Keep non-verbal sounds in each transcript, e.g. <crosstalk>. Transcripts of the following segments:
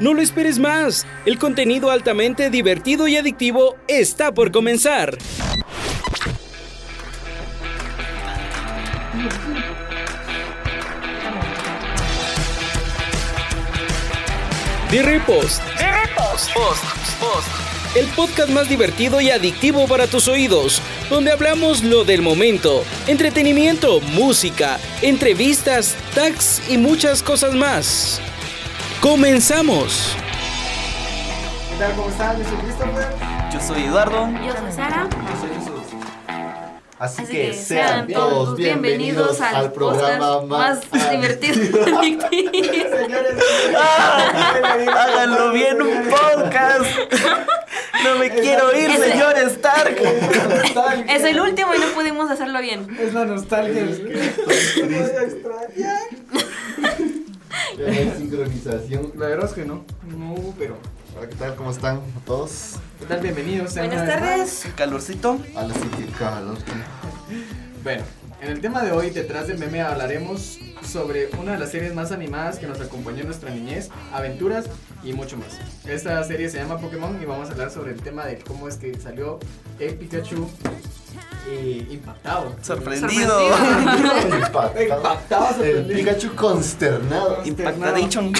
No lo esperes más. El contenido altamente divertido y adictivo está por comenzar. The Repost. El podcast más divertido y adictivo para tus oídos, donde hablamos lo del momento, entretenimiento, música, entrevistas, tags y muchas cosas más. ¡Comenzamos! ¿Qué tal? ¿Cómo están? Yo soy Christopher. Yo soy Eduardo. Yo soy Sara. Yo soy Jesús. Así, Así que sean todos bienvenidos al programa más divertido. de Adictivo. <laughs> Señores, Háganlo bien un podcast. No me quiero ir, Ese- señor Stark. <laughs> Es el último y no pudimos hacerlo bien. Es la nostalgia. Es Ya no hay sincronización. La verdad es que no. No, pero. Hola, ¿qué tal? ¿Cómo están a todos? ¿Qué tal? Bienvenidos. sean Buenas una vez más. tardes. Calorcito. A la City Calor. Bueno, en el tema de hoy, detrás del meme, hablaremos sobre una de las series más animadas que nos acompañó en nuestra niñez, aventuras y mucho más. Esta serie se llama Pokémon y vamos a hablar sobre el tema de cómo es que salió el Pikachu eh, impactado. Sorprendido. Sorprendido. Impactado. Impactado, El sorprendido. Pikachu consternado. Este, Impactadation.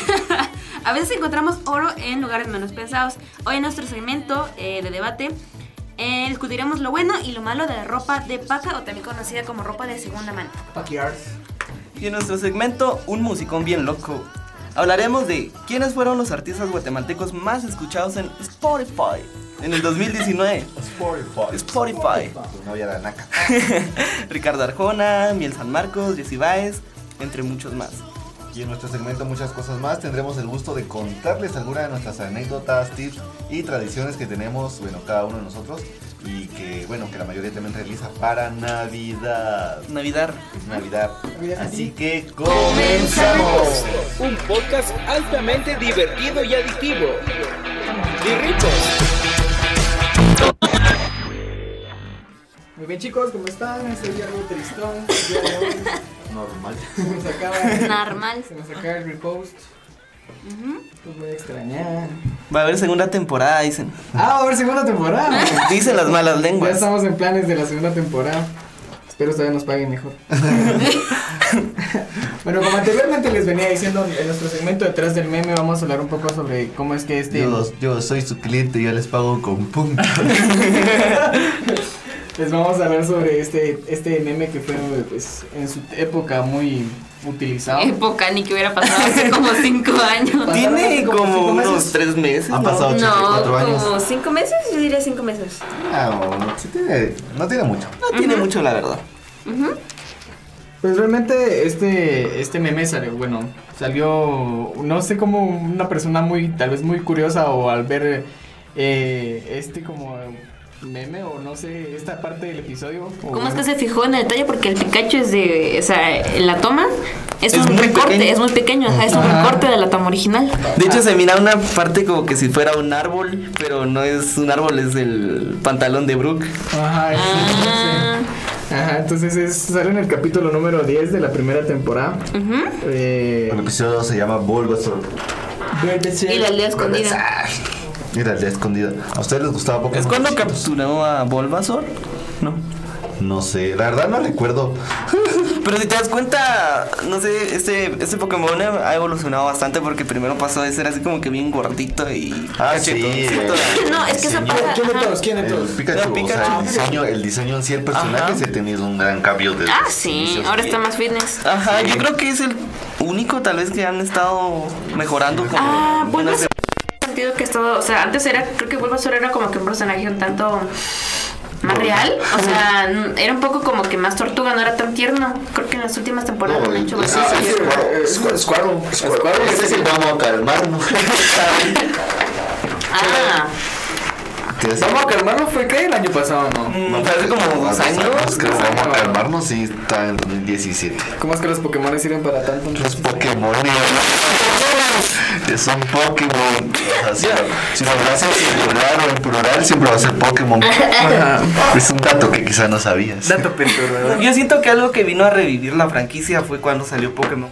A veces encontramos oro en lugares menos pensados. Hoy en nuestro segmento eh, de debate eh, discutiremos lo bueno y lo malo de la ropa de paca o también conocida como ropa de segunda mano. Paquiars. Y en nuestro segmento, un musicón bien loco. Hablaremos de quiénes fueron los artistas guatemaltecos más escuchados en Spotify en el 2019. Spotify. Spotify. Tu novia la naca. Ricardo Arjona, Miel San Marcos, Jesse Baez, entre muchos más. Y en nuestro segmento Muchas Cosas Más tendremos el gusto de contarles algunas de nuestras anécdotas, tips y tradiciones que tenemos, bueno, cada uno de nosotros y que, bueno, que la mayoría también realiza para Navidad. Navidad. Es Navidad. Navidad. Así que comenzamos. Un podcast altamente divertido y adictivo. The Repost. Muy bien chicos, ¿cómo están? Este día algo <laughs> tristón. el día de hoy Normal. se nos acaba, Normal. se nos acaba el repost. Ujú. Los voy a extrañar. Va a haber segunda temporada, dicen. Ah, ahora <laughs> segunda temporada. Dicen las malas Ya lenguas. estamos en planes de la segunda temporada. Espero todavía nos <laughs> paguen mejor. bueno, como anteriormente les venía diciendo, en nuestro segmento detrás del meme vamos a hablar un poco sobre cómo es que este... Yo, yo soy su cliente, yo les pago con <laughs> puntos. Les vamos a hablar sobre este, este meme que fue pues, en su época muy utilizado. Época ni que hubiera pasado hace como cinco años. Tiene Pasaron como como cinco unos meses. tres meses. Han ¿no? pasado 84 No, años. como cinco meses, yo diría cinco meses. No, no, Ah, sí tiene, no tiene mucho. No tiene mucho, la verdad. Pues realmente este, este meme salió, bueno, salió, no sé, como una persona muy, tal vez muy curiosa o al ver eh, este como meme o no sé, esta parte del episodio. o ¿Cómo es bueno, que se fijó en el detalle? Porque el Pikachu es de. O sea, en la toma es, Es un muy recorte, pequeño. es muy pequeño, ajá, es un Ajá. recorte de la toma original. De hecho, se mira una parte como que si fuera un árbol, pero no es un árbol, es el pantalón de Brooke. Ajá, sí, Ah. sí. Ajá, entonces es, sale en el capítulo número 10 de la primera temporada. Ujú. Eh, El episodio se llama Bulbasaur. Y la aldea escondida. Mira, la escondida. ¿A ustedes les gustaba Pokémon? ¿Es cuando chicos? capturó a Bulbasaur? No. No sé, la verdad no recuerdo. Pero si te das cuenta, no sé, este, este Pokémon ha evolucionado bastante porque primero pasó de ser así como que bien gordito y Ah, sí. cachetoncito. <laughs> No, es que esa Señor. pasa. ¿Quién de ajá. todos? ¿Quién de El todos? Pikachu, El o sea, Pikachu. el diseño, el diseño en sí del personaje Ajá. se ha tenido un gran cambio desde Ah, sus sí, inicios. ahora está más fitness. Ajá, yo creo que es el único tal vez que han estado mejorando como Ah, unas Bulbasaur en el sentido que es todo. O sea, antes era. Creo que Bulbasaur era como que un personaje un tanto. Más real, o sea, n- era un poco como que más tortuga, no era tan tierno. Creo que en las últimas temporadas No, lo han hecho el- bastante ah, tierno. Squirtle, Squirtle, Squirtle, ese es el vamos a calmarnos. Ah, ¿Qué es? Vamos a calmarlo, fue que el año pasado, ¿no? Mm, Hace como dos Vamos a años. calmarnos, creo, no sé. vamos a calmarnos, sí, está en 2017. ¿Cómo es que los Pokémon sirven para tanto? Los entonces? Pokémon. Son Pokémon. O sea, si lo hablas en singular o en plural, siempre va a ser Pokémon. Ajá. Es un dato que quizá no sabías. Dato perturbador. Yo siento que algo que vino a revivir la franquicia fue cuando salió Pokémon.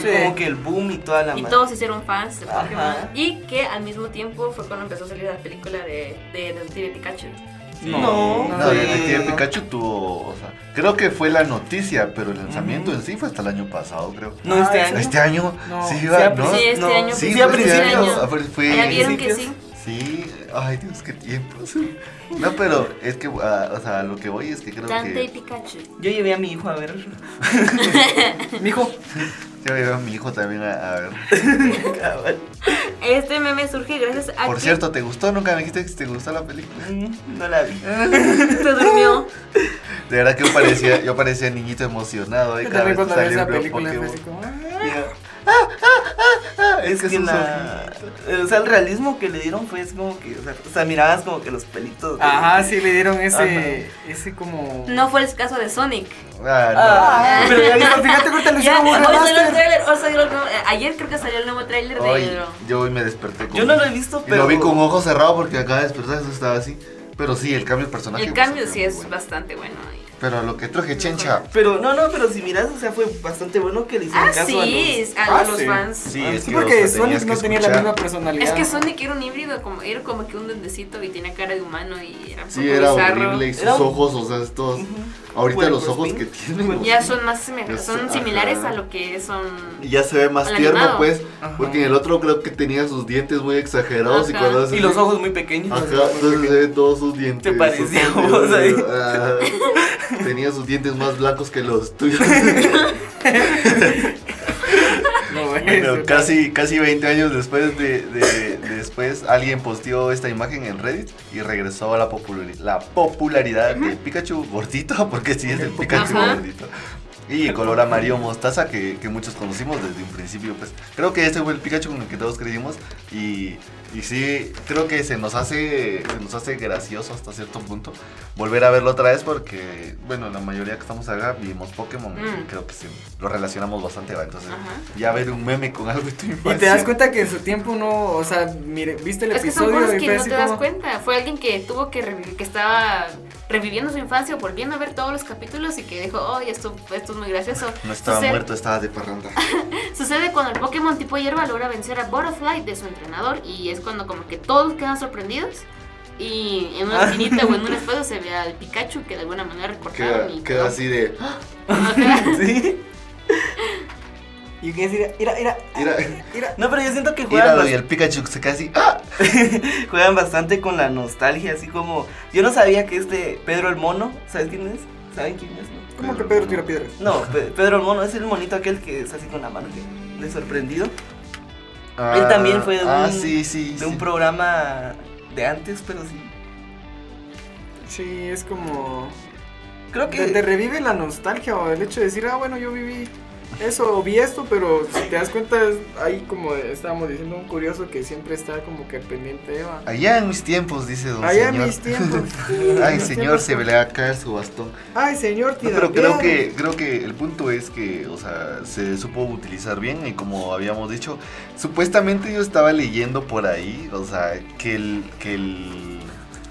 Fue Como que el boom y toda la Y ma- todos se hicieron fans de Ajá. Pokémon. Y que al mismo tiempo fue cuando empezó a salir la película de, de Detective Pikachu. No, No, fue- Detective Pikachu tuvo. O sea, creo que fue la noticia, pero el lanzamiento en sí fue hasta el año pasado, creo. No, este Ah, año. Este año, No. sí, Sí, iba, a ¿no? Sí, este No, año. Sí, sí, fue a fue este este principios. año. Ah, año. fue- fue- Ya vieron que sí. principios. Sí, ay Dios, qué tiempos. No, pero es que, ah, o sea, lo que voy es que creo Dante y que. Pikachu. Yo llevé a mi hijo a <laughs> ver. Mijo, Yo veo a mi hijo también a, a ver. Cabal. Este meme surge gracias a Por que cierto, ¿te gustó? Nunca me dijiste que te gustó la película. Mm, No la vi. <laughs> se durmió. De verdad que yo parecía, yo parecía niñito emocionado. ahí yo cada también vez que cuando vi salía esa un nuevo película fue Pokémon. así como... Ah, es, Es que es que un la. eh, O sea, el realismo que le dieron fue es como que. O sea, o sea, mirabas como que los "Ah". pelitos. de- Ajá, sí, le dieron ese, ese como... No fue el caso de Sonic. sonido. Ah, Ah, pero ya dijo, fíjate ahorita le <laughs> Ya, hicieron un hoy salió el remaster. trailer, hoy salió el nuevo- eh, ayer creo que salió el nuevo tráiler no. de... Hoy, yo hoy me desperté con. Yo no lo he visto, y pero. lo vi con ojos cerrados porque acaba de despertar, eso estaba así. Pero sí, el cambio de personaje. El pues, cambio fue sí muy es bueno. bastante bueno. Pero a lo que traje Chencha. Pero no, no, pero si miras, o sea, fue bastante bueno que le hicieron Ah, caso a sí, los. a Ah, los sí. fans. Sí, Ah, es sí, que, porque o sea, Sonic tenías no que tenía la escuchar. misma personalidad. Es que Sonic era un híbrido, como, era como que un duendecito y tenía cara de humano y era un Sí, poco era bizarro. horrible. Y sus Era un- ojos, o sea, estos. Ahorita Bueno, los pues, ojos sí. que tienen. Bueno, o Ya sea, son más semeja- Es- son ajá. similares a lo que son. y ya se ve más Al tierno, animado. pues. Ajá. Porque en el otro creo que tenía sus dientes muy exagerados y Ajá. cuando hace Y los así- ojos muy pequeños. Ajá, entonces se ven todos sus dientes. Te parecía sus- vos ahí. Ah, tenía sus dientes más blancos que <laughs> los tuyos. <laughs> No, Bueno, eso. casi, casi 20 años después de, de- después alguien posteó esta imagen en Reddit y regresó a la, populari- la popularidad de Pikachu gordito, <laughs> porque sí es el Pikachu Ajá. gordito. Y el color amarillo mostaza que, que muchos conocimos desde un principio. Pues creo que este fue el Pikachu con el que todos creímos. Y, y sí, creo que se nos hace se nos hace gracioso hasta cierto punto volver a verlo otra vez porque, bueno, la mayoría que estamos acá vimos Pokémon y Mm. creo que sí, lo relacionamos bastante. ¿va? Entonces, Ajá. ya ver un meme con algo de tu Y infancia. te das cuenta que en su tiempo no, o sea, mire, viste el Es que son episodio cosas y que fue no así te das como- cuenta. Fue alguien que tuvo que revivir, que estaba reviviendo su infancia, volviendo a ver todos los capítulos y que dijo, oh, esto, esto es muy gracioso. <laughs> No estaba Sucede- muerto, estaba de parranda. Sucede cuando el Pokémon tipo hierba logra vencer a Butterfly de su entrenador y es cuando como que todos quedan sorprendidos. Y en Ah. una esquinita o en <laughs> un espacio se ve al Pikachu que de alguna manera Queda, recortaron y queda así de. "Ah, <laughs> Sí. Y que decir, mira, mira, <laughs> Mira, mira. No, pero yo siento que juegan, míralo, bas- y el Pikachu se queda así. ¡Ah! <laughs> juegan bastante con la nostalgia, así como. Yo no sabía que este Pedro el Mono, ¿sabes quién es? ¿Saben quién es? no? ¿Cómo que Pedro tira piedras? <laughs> No, Pe- Pedro el Mono es el monito aquel que es así con la mano que- de sorprendido. Ah, Él también fue de Ah, un- sí, sí. De un sí. programa de antes, pero sí. Sí, es como... Creo Te, te que. revive la nostalgia o el hecho de decir, ah, bueno, yo viví eso o vi esto, pero si te das cuenta, es ahí como estábamos diciendo, un curioso que siempre está como que pendiente de Eva. Allá en mis tiempos, dice don Allá en señor. mis tiempos. <laughs> <laughs> Ay, Mis señor, tiempos se con- le va a caer su bastón. Ay, señor, No, tira pero creo piedras. que, creo que el punto es que, o sea, se supo utilizar bien y como habíamos dicho, supuestamente yo estaba leyendo por ahí, o sea, que el, que el,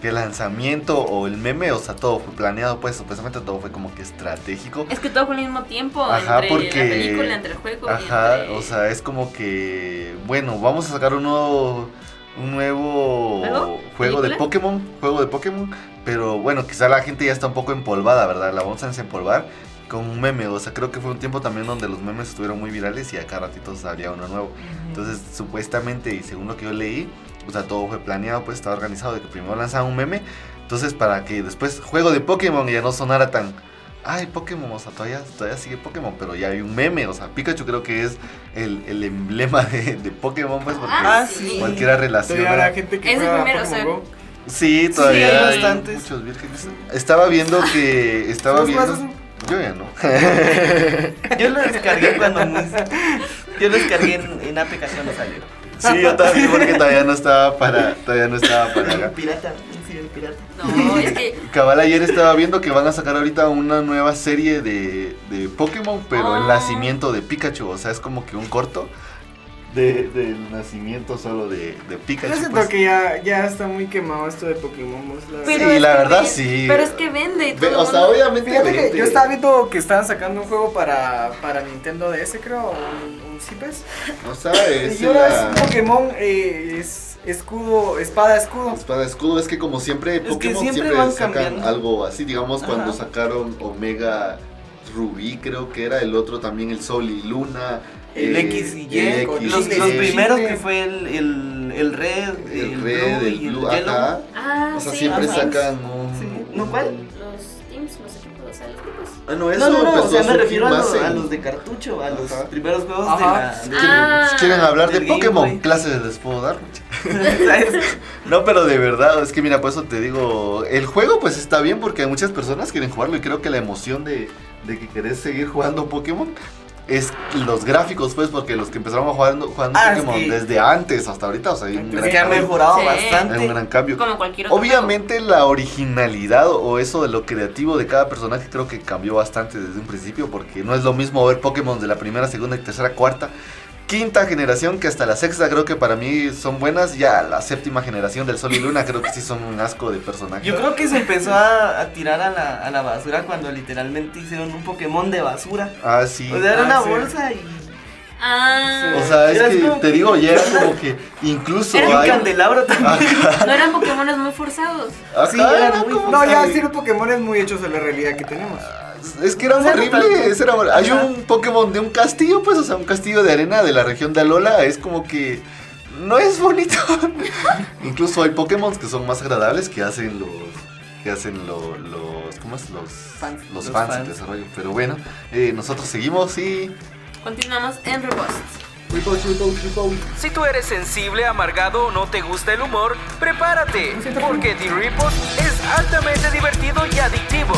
que el lanzamiento o el meme, o sea, todo fue planeado, pues supuestamente todo fue como que estratégico. Es que todo fue al mismo tiempo, Ajá, entre porque- la película, entre el juego. y Ajá, entre- o sea, es como que, bueno, vamos a sacar un nuevo, un nuevo ¿Juego? juego de ¿Película? Pokémon, juego de Pokémon, pero bueno, quizá la gente ya está un poco empolvada, ¿verdad? La vamos a desempolvar con un meme, o sea, creo que fue un tiempo también donde los memes estuvieron muy virales y a cada ratito salía uno nuevo. Entonces, supuestamente, y según lo que yo leí, o sea, todo fue planeado, pues estaba organizado de que primero lanzaban un meme, entonces para que después juego de Pokémon y ya no sonara tan... Ay, Pokémon, o sea, todavía, todavía sigue Pokémon, pero ya hay un meme, o sea, Pikachu creo que es el, el emblema de, de Pokémon, pues, porque Ah, Ah, sí. cualquiera Todavía habrá relaciona. gente que Es el juega primero, o Pokémon sea, Go. Sí, Sí, todavía hay hay bastantes. muchos vírgenes. Estaba viendo que, estaba ¿Sos viendo... masoso? Yo ya no. <laughs> Yo lo descargué cuando. muy- Yo lo descargué en, en APK cuando salió. <laughs> Sí, yo también, porque todavía no estaba para, todavía no estaba para acá. Pirata, sí. pirata. No, es que. <laughs> Cabal ayer estaba viendo que van a sacar ahorita una nueva serie de, de Pokémon, pero el Ah. nacimiento de Pikachu, o sea, es como que un corto de, del nacimiento solo de, de Yo Pikachu. siento pues. que ya, ya está muy quemado esto de Pokémon. vos, la verdad. Pero Sí, es la que verdad, ve- sí. Pero es que vende. y Ve, todo o sea, mundo- obviamente... Fíjate que vende- yo estaba viendo que estaban sacando un juego para, para Nintendo DS, creo, un, un CIPES. O sea, es Y ahora es la un Pokémon, eh, es escudo, espada, escudo. espada escudo, es que como siempre que Pokémon siempre siempre, van sacan cambiando. algo así, digamos cuando Ajá. sacaron Omega Rubí creo que era, el otro también el Sol y Luna. El eh, X y Y, el con X Los, y los Y, primeros que fue el, el, el red, el, el Red, blue el y el Blue, yellow. ajá. Ah, O sea, sí, siempre los teams. sacan un. Sí. ¿No cuál? Los teams, no sé qué puedo hacer, los grupos. Ah, no, eso No, no, no, empezó o sea, a me surgir refiero a, más lo- a en- los de cartucho, a los Ajá. primeros juegos Ajá. de ¿Quieren- Ah. ¿Quieren hablar de Del Game Pokémon? Boy. Clases les puedo dar. la... <laughs> ¿Sabes? No, pero de verdad, es que mira, por eso te digo, el juego pues está bien porque muchas personas quieren jugarlo y creo que la emoción de, de que querés seguir jugando Pokémon es los gráficos pues porque los que empezaron a jugando, jugando Ah, Pokémon sí. desde antes hasta ahorita, o sea, hay un Antes Es gran que ha cambio. mejorado Sí. bastante. Hay un gran cambio. Como cualquier otro. Obviamente la originalidad o eso de lo creativo de cada personaje creo que cambió bastante desde un principio porque no es lo mismo ver Pokémon de la primera, segunda, y tercera, cuarta, quinta generación que hasta la sexta creo que para mí son buenas, ya la séptima generación del Sol y Luna creo que sí son un asco de personajes. Yo creo que se empezó a, a tirar a la, a la basura cuando literalmente hicieron un Pokémon de basura. Ah, sí. O sea, era Ah, una sí. bolsa y juego. Ah, O sea, es Era que como- te digo, ya era como que incluso y un hay... candelabro también. no eran Pokémones muy forzados. Ajá, Sí, era Ah, era muy- como No, ya que- decir Pokémon es muy hechos a la realidad que tenemos. <laughs> Es que era Cero horrible, tanto. ese era horrible. Hay Ajá. un Pokémon de un castillo, pues, o sea, un castillo de arena de la región de Alola, es como que no es bonito. <laughs> Incluso hay Pokémon que son más agradables que hacen los que hacen lo- los ¿cómo es? los Fans. los, Los fans, fans. en desarrollo. Pero bueno, eh, nosotros seguimos y Continuamos en Robust. Si tú eres sensible, amargado o no te gusta el humor, prepárate, porque The Report es altamente divertido y adictivo.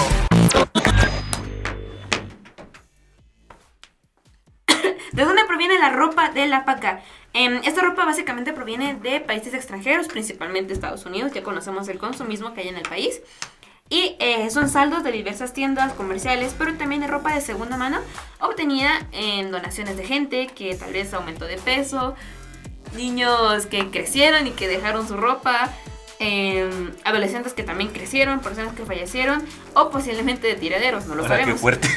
¿De dónde proviene la ropa de la paca? Em, esta ropa básicamente proviene de países extranjeros, principalmente Estados Unidos, ya conocemos el consumismo que hay en el país. Y eh, son saldos de diversas tiendas comerciales, pero también de ropa de segunda mano obtenida en donaciones de gente que tal vez aumentó de peso, niños que crecieron y que dejaron su ropa, em, adolescentes que también crecieron, personas que fallecieron o posiblemente de tiraderos, no lo Ahora, qué sabemos. fuerte.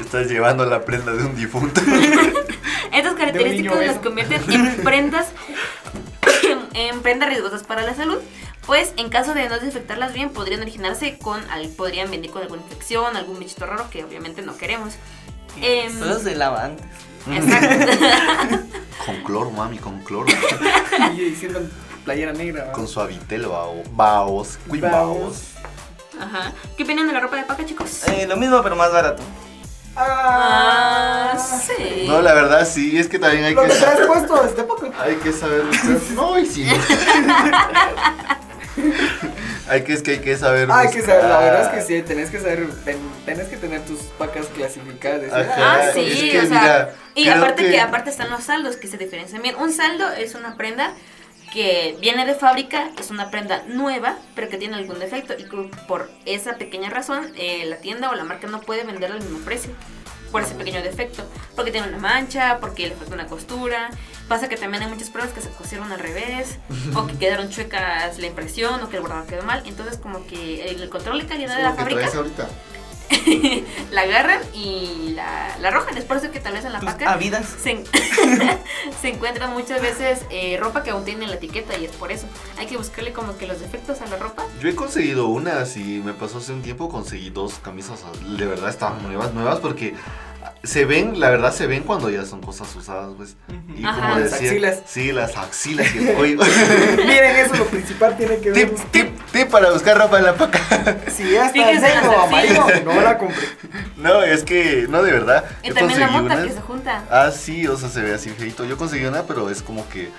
Estás llevando la prenda de un difunto. Estas características niño las obeso. convierten en prendas <coughs> en prendas riesgosas para la salud, pues en caso de no desinfectarlas bien podrían originarse con al- podrían venir con alguna infección, algún bichito raro que obviamente no queremos. Em, Solo se lava antes. exacto. <laughs> Con cloro, mami, con cloro. Y hicieron playera negra. ¿va? Con suavitel, bao, baos, queen baos. Ajá. ¿Qué opinan de la ropa de paca, chicos? Eh, lo mismo, pero más barato. Ah, Ah, sí. No, la verdad sí, es que también hay Lo que que traes saber. puesto desde Pokémon. Hay que saber. No, y <laughs> sí. hay que, es que hay que saber. Ah, hay que saber, la buscar. verdad es que sí, tenés que saber, ten- tenés que tener tus pacas clasificadas. decir, Ajá. Ah, Ah, sí, es que, o sea, mira, y creo aparte que... que- aparte están los saldos que se diferencian bien. Un saldo es una prenda que viene de fábrica, es una prenda nueva, pero que tiene algún defecto y que por esa pequeña razón eh, la tienda o la marca no puede venderla al mismo precio por ese pequeño defecto, porque tiene una mancha, porque le falta una costura. Pasa que también hay muchas pruebas que se cosieron al revés o que quedaron chuecas la impresión o que el bordado quedó mal. Entonces como que el control de calidad de la Lo que fábrica traes ahorita. la agarran y la, la arrojan. Es por eso que tal vez en la Tus paca habidas. se, en- <laughs> se encuentra muchas veces eh, ropa que aún tiene la etiqueta y es por eso. Hay que buscarle como que los defectos a la ropa. Yo he conseguido unas y me pasó hace un tiempo, conseguí dos camisas, de verdad estaban nuevas, nuevas porque se ven, la verdad se ven cuando ya son cosas usadas, pues. Y Ajá. como Las decía, axilas. Sí, las axilas y <laughs> el cuello. <laughs> <laughs> Miren, eso lo principal tiene que ver. tip, tip, tip para buscar ropa en la paca. Si ya está Fíjense negro las o amarillo, no la compré. No, es que, no, de verdad. Y yo también la conseguí mota unas- que se junta. Ah, sí, o sea, se ve así feito. Yo conseguí una, pero es como que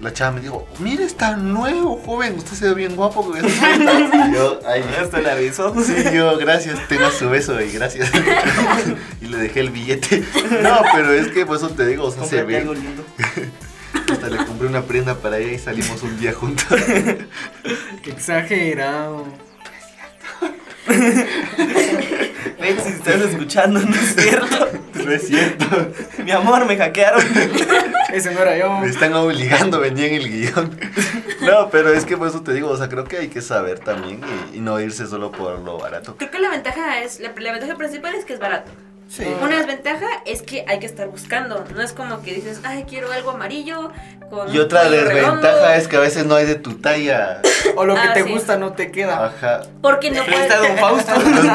la chava me dijo, mire, está nuevo, joven, usted se ve bien guapo con esas botas". Y yo, ay, Esto le aviso. <laughs> sí, yo, gracias, tenga su beso y gracias. <laughs> y le dejé el billete. No, pero es que por pues, eso te digo, o sea, se Cómprate ve. algo lindo. Hasta le compré una prenda para ella y salimos un día juntos. <laughs> Exagerado. Ven, si estás escuchando, no es cierto. <laughs> No es cierto. Mi amor, me hackearon. Ese no era yo. Me están obligando, venía en el guión. No, pero es que por eso te digo, o sea, creo que hay que saber también y, y no irse solo por lo barato. Creo que la ventaja es, la, la ventaja principal es que es barato. Sí. Una desventaja es que hay que estar buscando. No es como que dices, ay, quiero algo amarillo con. Y otra algo redondo", desventaja es que a veces no hay de tu talla. O lo que Ah, te sí. gusta no te queda. Ajá. Porque no puedes. Presta Don Fausto. <laughs>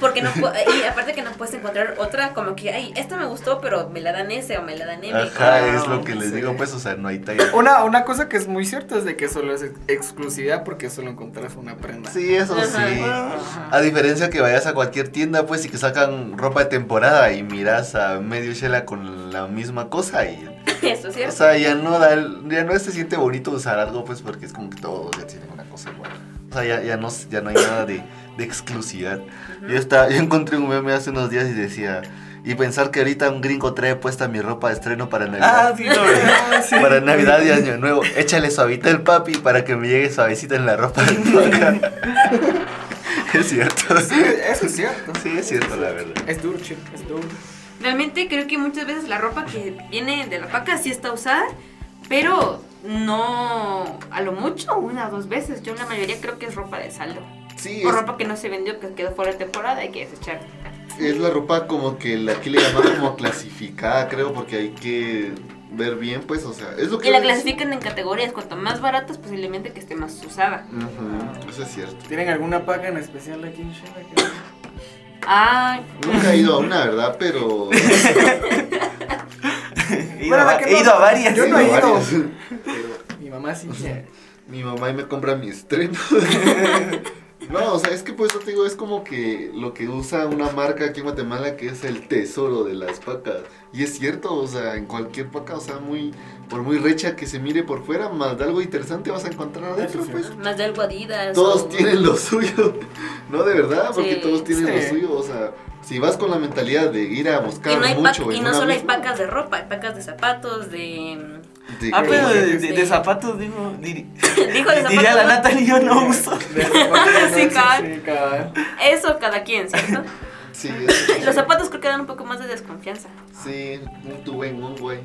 Porque no pu- Y aparte que no puedes encontrar otra como que, ay, esta me gustó, pero me la dan ese o me la dan M. Ajá, es lo que les Sí. digo, pues, o sea, no hay talla. Una, una cosa que es muy cierta es de que solo es ex- exclusividad porque solo encontrás una prenda. Sí, eso Ajá. sí. A diferencia que vayas a cualquier tienda, pues, y que sacan ropa de temporada y miras a medio Shela con la misma cosa y... <laughs> Eso es O cierto. sea, ya no da, el- ya no se siente bonito usar algo, pues, porque es como que todos ya tienen una cosa igual. O sea, ya, ya no, ya no hay nada de, de exclusividad. Yo, estaba, yo encontré un meme hace unos días y decía... Y pensar que ahorita un gringo trae puesta mi ropa de estreno para Navidad. Ah, sí, lo vi. <laughs> Para Navidad y Año Nuevo, échale suavita el papi para que me llegue suavecita en la ropa. <laughs> <laughs> es cierto. Sí, eso es cierto. Sí, es cierto, la verdad. Es duro, chip, es duro. Realmente creo que muchas veces la ropa que viene de la paca sí está usada, pero no a lo mucho, una o dos veces. Yo la mayoría creo que es ropa de saldo. Sí, O ropa que no se vendió, que quedó fuera de temporada, hay que desechar. es la ropa como que la- aquí le llaman como clasificada, creo, porque hay que ver bien, pues, o sea, es lo que... Y la es. clasifican en categorías, cuanto más baratas posiblemente que esté más usada. Ujú, eso es cierto. ¿Tienen alguna paca en especial aquí en Shela? que- Ay, Nunca he ido a una, ¿verdad? Pero... He ido, Bueno, a, la va- que he no- ido a varias. <laughs> Yo no he ido. varias. <laughs> Mi mamá sí. Mi mamá y me compra mi estreno. <laughs> No, o sea, es que por eso te digo, es como que lo que usa una marca aquí en Guatemala que es el tesoro de las pacas. Y es cierto, o sea, en cualquier paca, o sea, muy, por muy recha que se mire por fuera, más de algo interesante vas a encontrar adentro, Eso sí. pues. más de algo Adidas. o- Todos tienen lo suyo, <laughs> ¿no? De verdad, porque Sí, todos tienen sí. lo suyo, o sea, si vas con la mentalidad de ir a buscar Y no, hay mucho pac- y en no una solo hay misma, pacas de ropa, hay pacas de zapatos, de... <laughs> de Ah, que- pero de, de- Sí. de zapatos, digo. diri- Dijo de diría zapatos. la ¿no? Natalie, yo no uso. De ropa que Sí, no cabal. sí, cabal. Eso cada quien, ¿cierto? <laughs> Sí, <laughs> eso sí. Los zapatos creo que dan un poco más de desconfianza. Sí, un tubo en un güey.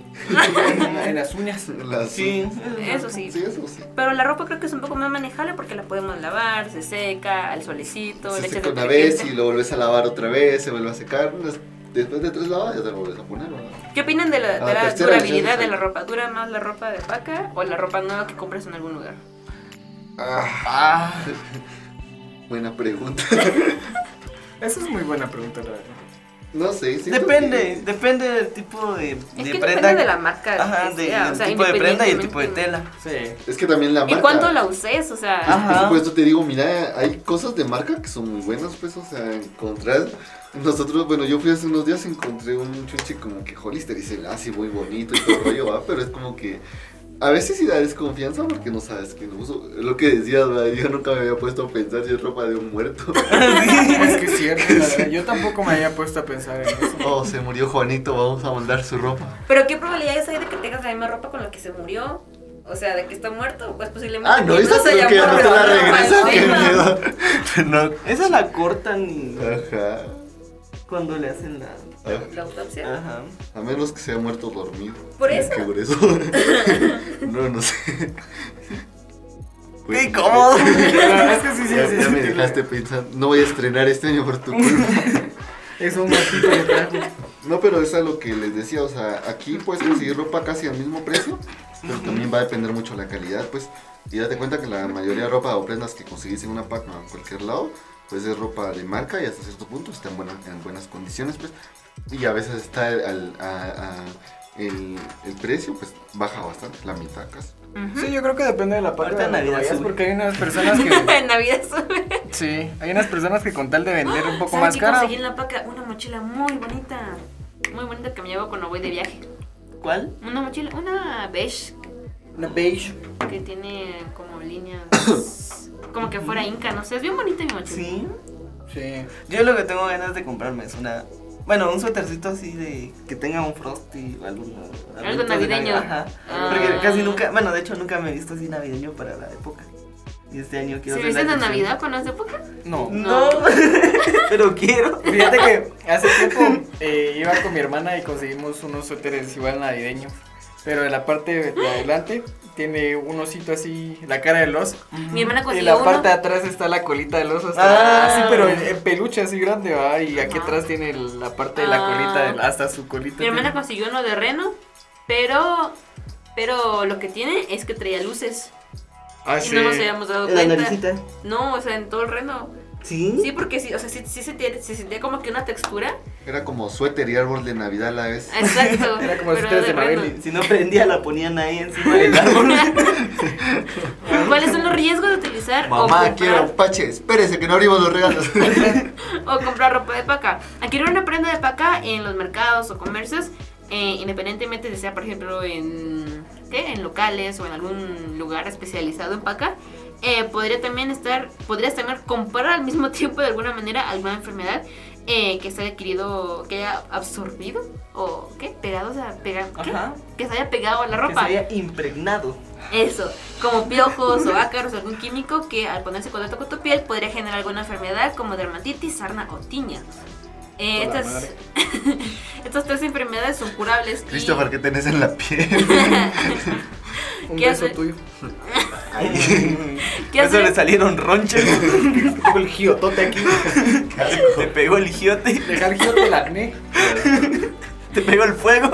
En las uñas. La Sí. Eso sí. Sí, eso sí. Pero la ropa creo que es un poco más manejable porque la podemos lavar, se seca, al solecito, Se le echas seca una vez detergente. y lo vuelves a lavar otra vez, se vuelve a secar. las- Después de tres lavadas ya te lo vuelves a poner, ¿verdad? ¿Qué opinan de la, de Ah, la tercera durabilidad versión. de la ropa? ¿Dura más la ropa de paca o la ropa nueva que compras en algún lugar? Ah, <laughs> buena pregunta. <laughs> Esa es muy buena pregunta, la verdad. No sé. siento Depende, que- depende del tipo de, Es de que prenda. depende de la marca. Ajá, que de- sea, del o sea, tipo de prenda y el tipo de independientemente. tela. Sí. Es que también la marca. ¿Y cuánto la uses? O sea, Ajá. Pues, por eso te digo, mira, hay cosas de marca que son muy buenas, pues, o sea, encontrar. Nosotros, bueno, yo fui hace unos días y encontré un chuche como que Hollister y dice, ah, sí, muy bonito y todo el rollo, va, pero es como que. A veces sí da desconfianza porque no sabes quién lo uso. Lo que decías, ¿verdad? yo nunca me había puesto a pensar si es ropa de un muerto. Es que es cierto, la verdad. Yo tampoco me había puesto a pensar en eso. <laughs> Oh, se murió Juanito, vamos a mandar su ropa. ¿Pero qué probabilidades hay de que tengas la misma ropa con la que se murió? O sea, de que está muerto, pues posiblemente. Ah, no, incluso esa se creo haya que ya no te muerto la la ropa regresan, qué encima. miedo. <laughs> No. Esa la cortan y Ajá. cuando le hacen la. La autopsia. Ah. Ajá. A menos que sea muerto dormido. Por eso. Qué grueso. no, no sé. Pues, ¡Qué cómodo! La verdad es que sí, sí, Ya, sí, ya sí, me sí. dejaste pensando. No voy a estrenar este año <laughs> por tu culpa. Es un maldito de trajo. No, pero es a lo que les decía, o sea, aquí puedes conseguir ropa casi al mismo precio, pero también va a depender mucho la calidad, pues. Y date cuenta que la mayoría de ropa o prendas que conseguís en una paca o en cualquier lado, pues es ropa de marca y hasta cierto punto está en, buena- en buenas condiciones, pues. Y a veces está el, al- a- a- el, el precio, pues baja bastante, la mitad casi. Sí, yo creo que depende de la parte Ahorita de la Navidad sube. porque hay unas personas que. <laughs> <laughs> En Navidad sube. Sí, hay unas personas que con tal de vender un poco ¿Saben más qué cara. conseguí en la paca? Una mochila muy bonita. Muy bonita que me llevo cuando voy de viaje. ¿Cuál? Una mochila, una beige Una beige. que tiene como líneas. <coughs> como que fuera inca, no sé. Es bien bonita mi mochila. Sí. Sí. Yo lo que tengo ganas de comprarme es una Bueno, un suétercito así de que tenga un frosty o algo, algo Algo de navideño. Navidad, Ajá. Ah. Porque casi nunca, bueno, de hecho nunca me he visto así navideño para la época. Y este año quiero ¿Se hacer la viste de excepción. Navidad con las épocas? No. No, <laughs> pero quiero. Fíjate que hace tiempo eh, iba con mi hermana y conseguimos unos suéteres igual navideños. Pero en la parte de adelante tiene un osito así, la cara del oso. Mi hermana Y en consiguió la parte de uno. atrás está la colita del oso. Hasta Ah. así, pero en, en peluche así grande, va. Y aquí Ajá. atrás tiene el- la parte de la Ah. colita, del- hasta su colita. Mi hermana tiene. consiguió uno de reno, pero pero lo que tiene es que traía luces Ah, y sí. no nos habíamos dado La cuenta. naricita. No, o sea, en todo el reno. ¿Sí? Sí, porque sí, o sea, sí, sí sentía, se sentía como que una textura. <laughs> Era como suéter y árbol de Navidad a la vez. Exacto. Era como los pero suéteres de de reno. Mabel Si no prendía la ponían ahí encima del <laughs> árbol. ¿Cuáles son los riesgos de utilizar o Mamá, comprar, quiero un pache. Espérese que no abrimos los regalos. <laughs> o comprar ropa de paca? Adquirir una prenda de paca en los mercados o comercios, eh, independientemente de sea, por ejemplo, en, ¿qué? en locales o en algún lugar especializado en paca, eh, podría también estar, podrías también comprar al mismo <laughs> tiempo de alguna manera alguna enfermedad eh, que se haya adquirido, que haya absorbido o qué, pegado, o sea, pega- ¿qué? Ajá. que se haya pegado a la Que se ropa. había impregnado. Eso, como piojos o ácaros, algún químico que al ponerse en contacto con tu piel podría generar alguna enfermedad como dermatitis, sarna o tiña. Eh, Hola, estas, <laughs> estas tres enfermedades son curables. y- <laughs> Christopher, ¿qué tenés en la piel? Un ¿Qué beso hace? tuyo. <laughs> Mm. <laughs> ¿Qué Eso hacer? le salieron <laughs> ronchas. Tengo el giotote aquí. <laughs> Te pegó el giote, Deja el giote <laughs> el acné. te pegó el fuego.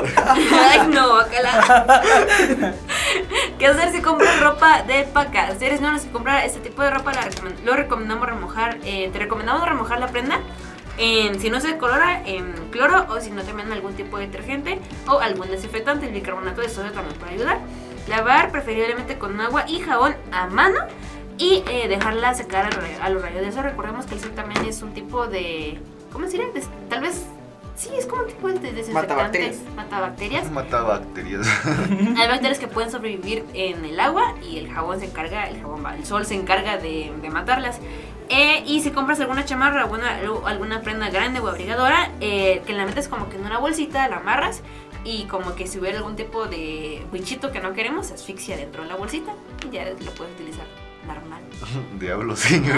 Ay, no, bacala. <laughs> ¿Qué hacer si compras ropa de paca? Si eres nuevo si comprar este tipo de ropa, la recom- lo recomendamos remojar. eh, te recomendamos remojar la prenda. en- si no se colora, en cloro o si no también algún tipo de detergente o algún desinfectante, el bicarbonato de sodio también puede ayudar. Lavar preferiblemente con agua y jabón a mano y eh, dejarla secar a los, ra- a los rayos de sol. Recordemos que el sol también es un tipo de... ¿Cómo se diría? Des- tal vez... Sí, es como un tipo de desinfectante. Matabacterias. Matabacterias. Mata bacterias. Hay bacterias que pueden sobrevivir en el agua y el jabón se encarga, el jabón va, el sol se encarga de, de matarlas. Eh, y si compras alguna chamarra, alguna, alguna prenda grande o abrigadora, eh, que la metes como que en una bolsita, la amarras y como que si hubiera algún tipo de bichito que no queremos, se asfixia dentro de la bolsita y ya la puedes utilizar normal. Pues Diablo, <laughs> señor.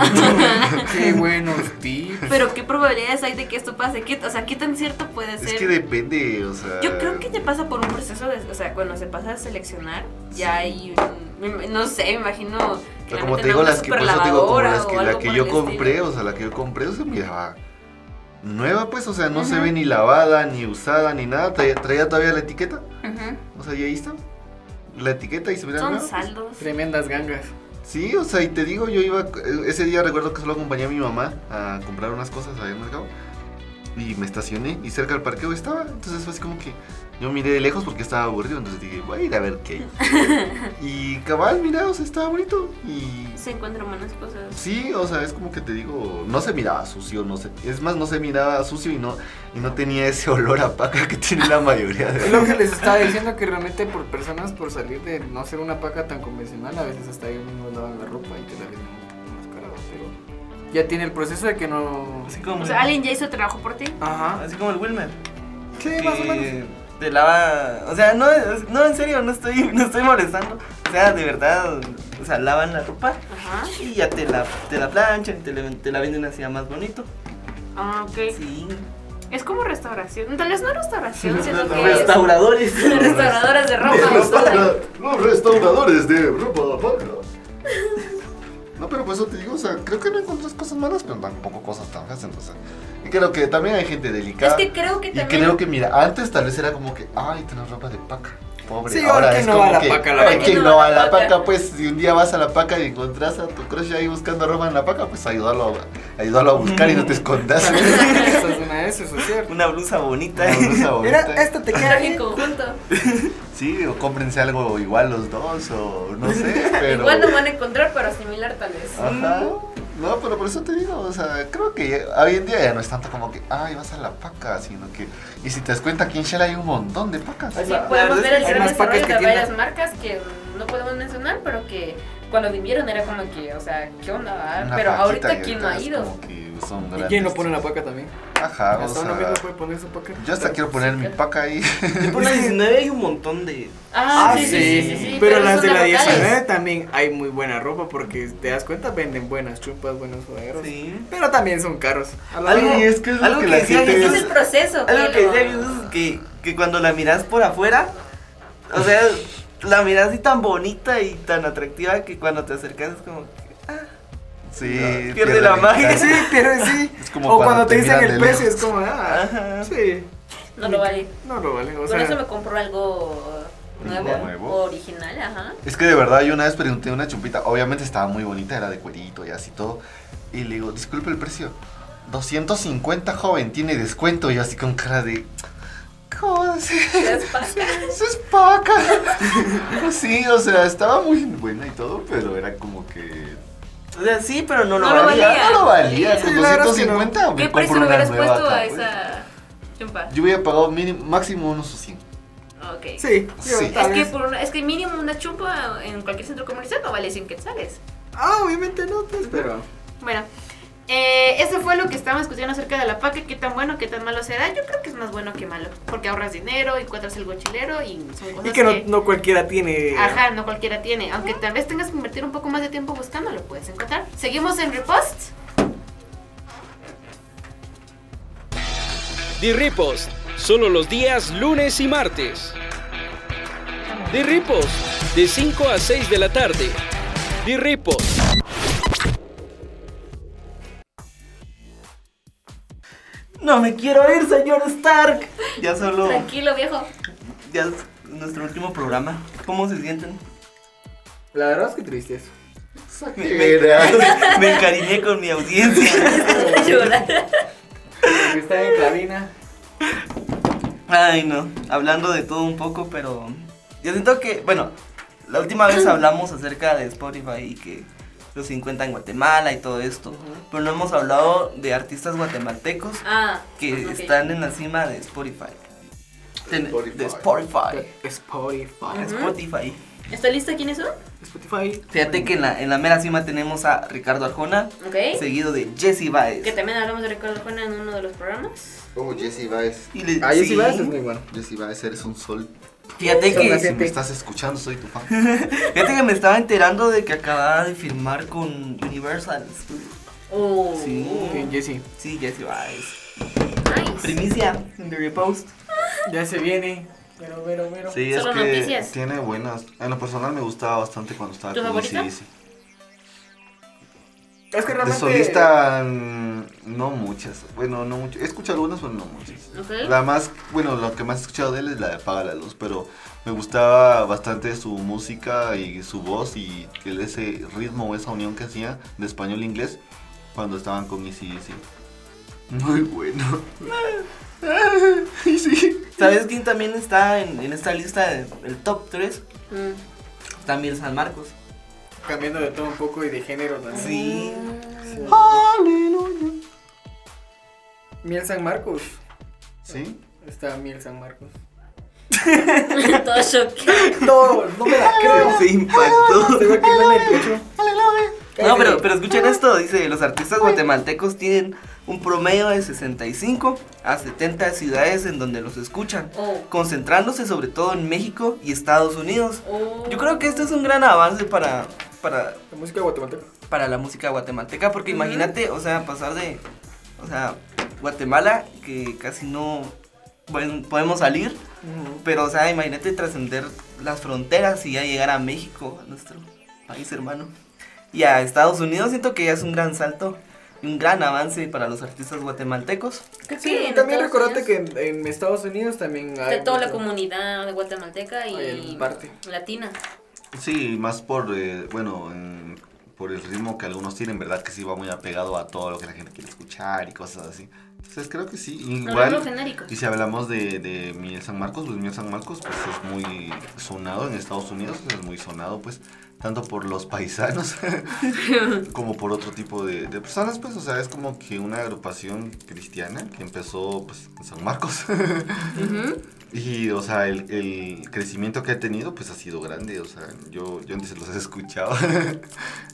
Qué buenos tips. Pero ¿qué probabilidades hay de que esto pase? ¿Qué- o sea, ¿qué tan cierto puede ser? Es que depende, o sea. Yo creo que te pasa por un proceso de, o sea, cuando se pasa a seleccionar, ya hay un, no sé, me imagino o que sea, la como meten te digo, a una las que, por eso te digo, como superlavadora las que, o la algo que por yo el estilo. compré, o sea, la que yo compré, o sea, miraba nueva, pues, o sea, no se Ujú. ve ni lavada, ni usada, ni nada. Traía, traía todavía la etiqueta, Ujú. o sea, y ahí está. La etiqueta y se mira Son nueva, pues. saldos. Tremendas gangas. Sí, o sea, y te digo, yo iba, ese día recuerdo que solo acompañé a mi mamá a comprar unas cosas ahí al mercado y me estacioné y cerca del parqueo estaba, entonces fue así como que yo miré de lejos porque estaba aburrido, entonces dije, voy a ir a ver qué hay. y cabal, mira, o sea, estaba bonito y... Se encuentran buenas cosas. Sí, o sea, es como que te digo, no se miraba sucio, no sé, es más, no se miraba sucio y no, y no tenía ese <laughs> olor a paca que tiene la mayoría Es de... <laughs> lo que les estaba diciendo que realmente por personas por salir de no ser una paca tan convencional, a veces hasta ellos mismos lavan la ropa y te la venden más cara, pero ya tiene el proceso de que no... Así como, O sea, alguien ya hizo trabajo por ti. Ajá. <laughs> así como el Wilmer. Sí, más o menos. que te lava, o sea, no, es- no en serio, no estoy, <laughs> no estoy molestando. O sea, de verdad, o sea, lavan la ropa Ajá. y ya te la, te la planchan, te, la- te la venden así ya más bonito. Ah, ok. Sí. Es como restauración. Tal vez no restauración, sino que es Restauradores. <laughs> restauradoras de ropa. Restaura- Los restauradores de ropa vaca. No, pero por eso te digo, o sea, creo que no encuentras cosas malas, pero tampoco cosas tan feas, entonces. Y creo que también hay gente Es delicada. que creo que y también. creo que, mira, antes tal vez era como que, ay, tenés ropa de paca. Pobre, Sí, ahora ahora es que no como va la que, paca, la ahora verdad. que no a la paca, pues, si un día vas a la paca y encontrás a tu crush ahí buscando ropa en la paca, pues ayudarlo a, ayudarlo a buscar y <laughs> no te escondas. También eso es una de esas, eso es cierto. Una blusa bonita. Una <laughs> blusa Mira, bonita. esta te queda Traje en <laughs> bien. conjunto. Sí, o cómprense algo igual los dos, o no <laughs> sé, pero... Igual no van a encontrar, pero similar tal vez. Ajá. No, pero por eso te digo, o sea, creo que ya- hoy en día ya no es tanto como que, ay, vas a la paca, sino que, y si te das cuenta, aquí en Shell hay un montón de pacas. Ay, Sí, La- la podemos verdad ver es el que hay gran más desarrollo parques que de varias tiendas. marcas que no podemos mencionar, pero que cuando vivieron era como que, o sea, ¿qué onda? va? Una Pero paquita ahorita, y ¿quién no ha es ido? como que son ¿Y grandes. quién lo pone en la paca también? Ajá, o Hasta uno sea, mismo puede poner su paca. yo hasta quiero poner <laughs> mi paca ahí. <laughs> Yo por la 19 hay un montón de. Ah, Ah, sí, sí, sí, sí, sí, Pero, las son de la locales. 19 también hay muy buena ropa porque te das cuenta, venden buenas chupas, buenos sudaderos. Sí. Pero también son caros. A la Algo- Sí, es que es lo algo que que la decía gente Es Jesús es- el proceso. Algo que pero- decía Jesús es que, que cuando la miras por afuera, o sea, la miras así tan bonita y tan atractiva que cuando te acercas es como. Sí, Pierde la magia. Sí, <laughs> pero sí. Es como o cuando cuando te te dicen miran el de precio, es lejos. como, ah, Ajá. sí. No lo vale. No lo vale. O Por eso me sea, compro algo nuevo, Nuevo. original, <laughs> ajá. Es que de verdad yo una vez pregunté una chumpita, obviamente estaba muy bonita, era de cuerito y así todo. Y le digo, disculpe el precio. 250 joven, tiene descuento. Y yo así con cara de. ¿Cómo así? Las pacas. Eso es paca. Pues sí, o sea, estaba muy buena y todo, pero era como que. O sea, sí, pero no lo No lo valía. valía. No lo valía. Sí, Con la verdad es que no. 250 me ¿Qué compro precio le una hubieras nueva puesto acá, a pues. esa chumpa? Yo hubiera pagado mínimo, máximo unos 100. Ok. sí. yo Sí. Es tal que, vez- por una- es que mínimo una chumpa en cualquier centro comercial no vale 100 quetzales. Ah, obviamente no, pues, pero. Bueno, eh, eso fue lo que estábamos discutiendo acerca de la paca, qué tan bueno, qué tan malo será. Yo creo que es más bueno que malo, porque ahorras dinero, encuentras algo chilero y son cosas Y que no, no cualquiera tiene. Ajá, no cualquiera tiene. Aunque tal vez tengas que invertir un poco más de tiempo buscándolo, puedes encontrar. Seguimos en Repost. The Repost, solo los días lunes y martes. The Repost, de 5 a 6 de la tarde. The Repost. No me quiero ir, señor Stark. Ya solo. Tranquilo, viejo. Ya es nuestro último programa. ¿Cómo se sienten? La verdad es que triste eso. <laughs> <laughs> Me encariñé con mi audiencia. Llorar. Porque está en cabina. Ay, no. Hablando de todo un poco, pero. Yo siento que, bueno, la última vez hablamos acerca de Spotify y que los 50 en Guatemala y todo esto. Pero no hemos hablado de artistas guatemaltecos Ah, que ok. están en la cima de Spotify. Ten- Spotify. De Spotify. Spotify. Spotify. ¿Está lista quiénes son? Spotify. Fíjate que en la, en la mera cima tenemos a Ricardo Arjona, Ok. seguido de Jesse Baez. Que también hablamos de Ricardo Arjona en uno de los programas. Oh, Jesse Baez. Y le- Ah, sí, Jesse Baez es muy bueno. Jesse Baez, eres un sol. Fíjate Son Si que, las- me estás escuchando, soy tu fan. fíjate que me estaba enterando de que acababa de firmar con Universal Studios. Oh. Sí. Bien, Jesse. Sí, Jesse Baez. Nice. Primicia en The Repost. Ya se viene. Pero, pero, pero. Sí, Solo es que noticias. tiene buenas. En lo personal me gustaba bastante cuando estaba ¿Tu con favorita? AC/DC. Es que De realmente. solista, mm, no muchas. Bueno, no muchas. He escuchado algunas, pero no muchas. Ok. La más, bueno, lo que más he escuchado de él es la de Apaga la Luz, pero me gustaba bastante su música y su voz y el- ese ritmo o esa unión que hacía de español e inglés cuando estaban con AC/DC. Muy bueno. Ay, sí. ¿Sabes quién también está en, en esta lista del top 3? Mm. <laughs> También San Marcos. Cambiando de todo un poco y de género también. Sí. Miel San Marcos. Sí. Está Miel San Marcos. Todo choque. <laughs> No, no me <laughs> la creo. Se impactó. Tengo que irme al techo. No, Eh, pero, pero escuchen esto, dice, los artistas guatemaltecos tienen un promedio de 65 a 70 ciudades en donde los escuchan, Oh. concentrándose sobre todo en México y Estados Unidos. Oh. Yo creo que este es un gran avance para, para, La música guatemalteca. para la música guatemalteca, porque imagínate, o sea, pasar de, o sea, Guatemala, que casi no pueden- podemos salir, pero, o sea, imagínate trascender las fronteras y ya llegar a México, a nuestro país hermano. Y a Estados Unidos siento que ya es un gran salto y un gran avance para los artistas guatemaltecos. Sí, en y también Estados recordate Unidos. que en, en Estados Unidos también hay. Está toda la mucho- comunidad guatemalteca Ay, y en parte. latina. Sí, más por, eh, bueno, en- por el ritmo que algunos tienen, ¿verdad? Que sí va muy apegado a todo lo que la gente quiere escuchar y cosas así. Entonces creo que sí. Hablando Igual. genérico. Y si hablamos de, de Miel San Marcos, pues Miel San Marcos pues, es muy sonado en Estados Unidos, es muy sonado pues tanto por los paisanos <laughs> como por otro tipo de, de personas, pues o sea, es como que una agrupación cristiana que empezó pues en San Marcos. Y, o sea, el, el crecimiento que ha tenido, pues ha sido grande. O sea, yo, yo antes los <laughs> he escuchado.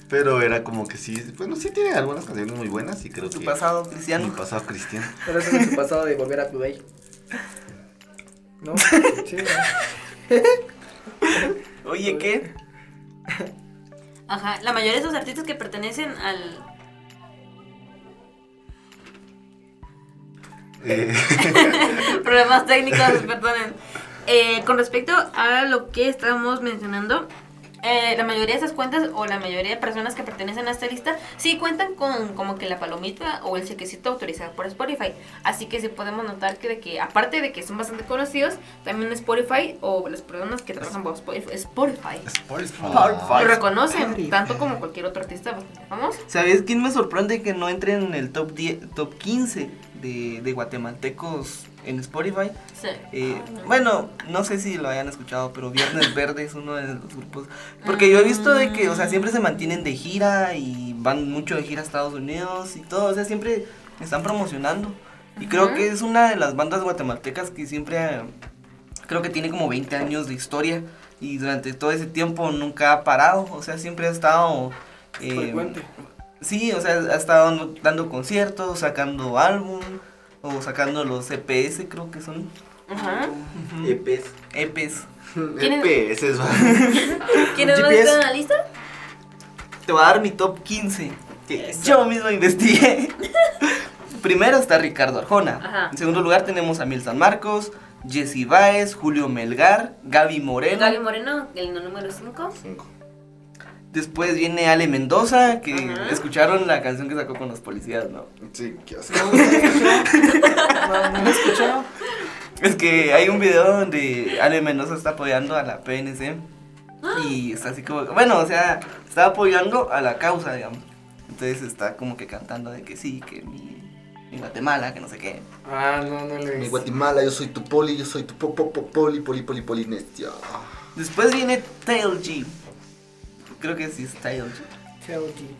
pero era como que sí, bueno, sí tiene algunas canciones muy buenas y creo Tu que. pasado Mi cristiano. pasado cristiano. Pero eso es su pasado de volver a Today. <laughs> ¿No? Sí. Oye, ¿qué? Ajá, la mayoría de esos artistas que pertenecen al... Eh, <laughs> Problemas técnicos, perdonen. Eh, con respecto a lo que estábamos mencionando, eh, la mayoría de esas cuentas o la mayoría de personas que pertenecen a esta lista sí cuentan con como que la palomita o el chequecito autorizado por Spotify. Así que sí podemos notar que, de que aparte de que son bastante conocidos, también Spotify o las personas que trabajan por Spotify, Spotify Ah. lo reconocen tanto como cualquier otro artista bastante famoso. ¿Sabes quién me sorprende que no entre en el top 10, top 15 de, de guatemaltecos en Spotify? Sí. Eh, bueno, no sé si lo hayan escuchado, pero Viernes Verde es uno de los grupos. Porque yo he visto de que, o sea, siempre se mantienen de gira y van mucho de gira a Estados Unidos y todo. O sea, siempre están promocionando. Y creo Ajá. que es una de las bandas guatemaltecas que siempre, eh, creo que tiene como 20 años de historia. Y durante todo ese tiempo nunca ha parado. O sea, siempre ha estado... eh, Frecuente. Sí, o sea, ha estado dando, dando conciertos, sacando álbum, o sacando los EPS, creo que son. Ajá. E EPs. EPs. ¿Quién es- EPs es <laughs> va. ¿Quiénes más GPS. están en la lista? Eh, Te voy a dar mi top 15. Yo mismo <laughs> investigué. Primero está Ricardo Arjona. Ajá. En segundo lugar tenemos a Mil San Marcos, Jesse Baez, Julio Melgar, Gaby Moreno. Gaby Moreno, el número 5. Después viene Ale Mendoza, que Ajá. escucharon la canción que sacó con los policías, ¿no? Sí, qué asco. No, no lo he escuchado. Es que hay un video donde Ale Mendoza está apoyando a la PNC y está así como, bueno, o sea, está apoyando a la causa, digamos. Entonces está como que cantando de que sí, que mi, mi Guatemala, que no sé qué. Ah, no, no lo he Mi visto. Guatemala, yo soy tu poli, yo soy tu po, po, po- poli, poli, poli, polinestia. Después viene Tail G. Creo que sí es Tail G.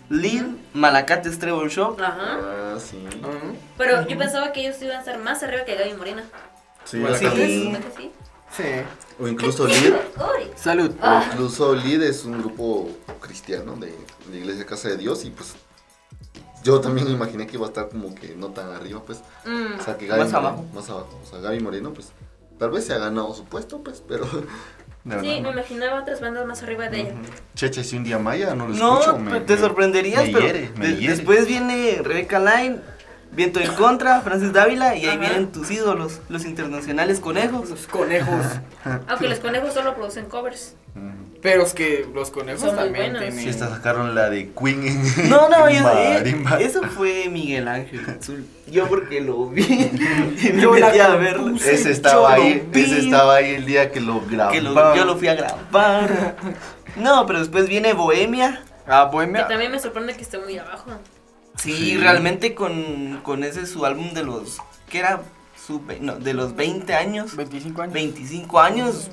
Lil, Malacate Treble Show. Ajá. Ah, sí. Ajá. Pero yo pensaba que ellos iban a estar más arriba que Gaby Moreno. Sí, Bueno, acá- sí. ¿Verdad que sí? Sí. O incluso Lid. Uy. Salud. O incluso Lid es un grupo cristiano de la Iglesia Casa de Dios y pues yo también imaginé que iba a estar como que no tan arriba, pues. Mm. O sea, que Gaby Más Moreno- abajo. Más abajo. O sea, Gaby Moreno, pues, tal vez se ha ganado su puesto, pues, pero... De Sí, me verdad. imaginaba otras bandas más arriba de ella. Checha, si un día maya no lo No, escucho. me- te me- sorprenderías, me pero hiere, me de- hiere. después viene Rebeca Line, Viento en Contra, Francis Dávila y ahí Ajá. vienen tus ídolos, los internacionales conejos. <laughs> Los conejos. Aunque los conejos solo producen covers. Ujú. <laughs> Pero es que los conejos Son muy también buenos. Sí, tienen. hasta sacaron la de Queen <laughs> en. No, no, en yo, eh, marimba. <laughs> eso fue Miguel Ángel Azul. Yo porque lo vi y me Yo la metí a verlo. compuse. Ese Yo estaba ahí, lo vi. ese estaba ahí el día que lo grabó. Que lo- yo lo fui a grabar. No, pero después viene Bohemia. Ah, Que Bohemia. también me sorprende que esté muy abajo. Sí, Sí. realmente con, con ese su álbum de los que era su ve- no, de los 20 años, 25 años. 25 años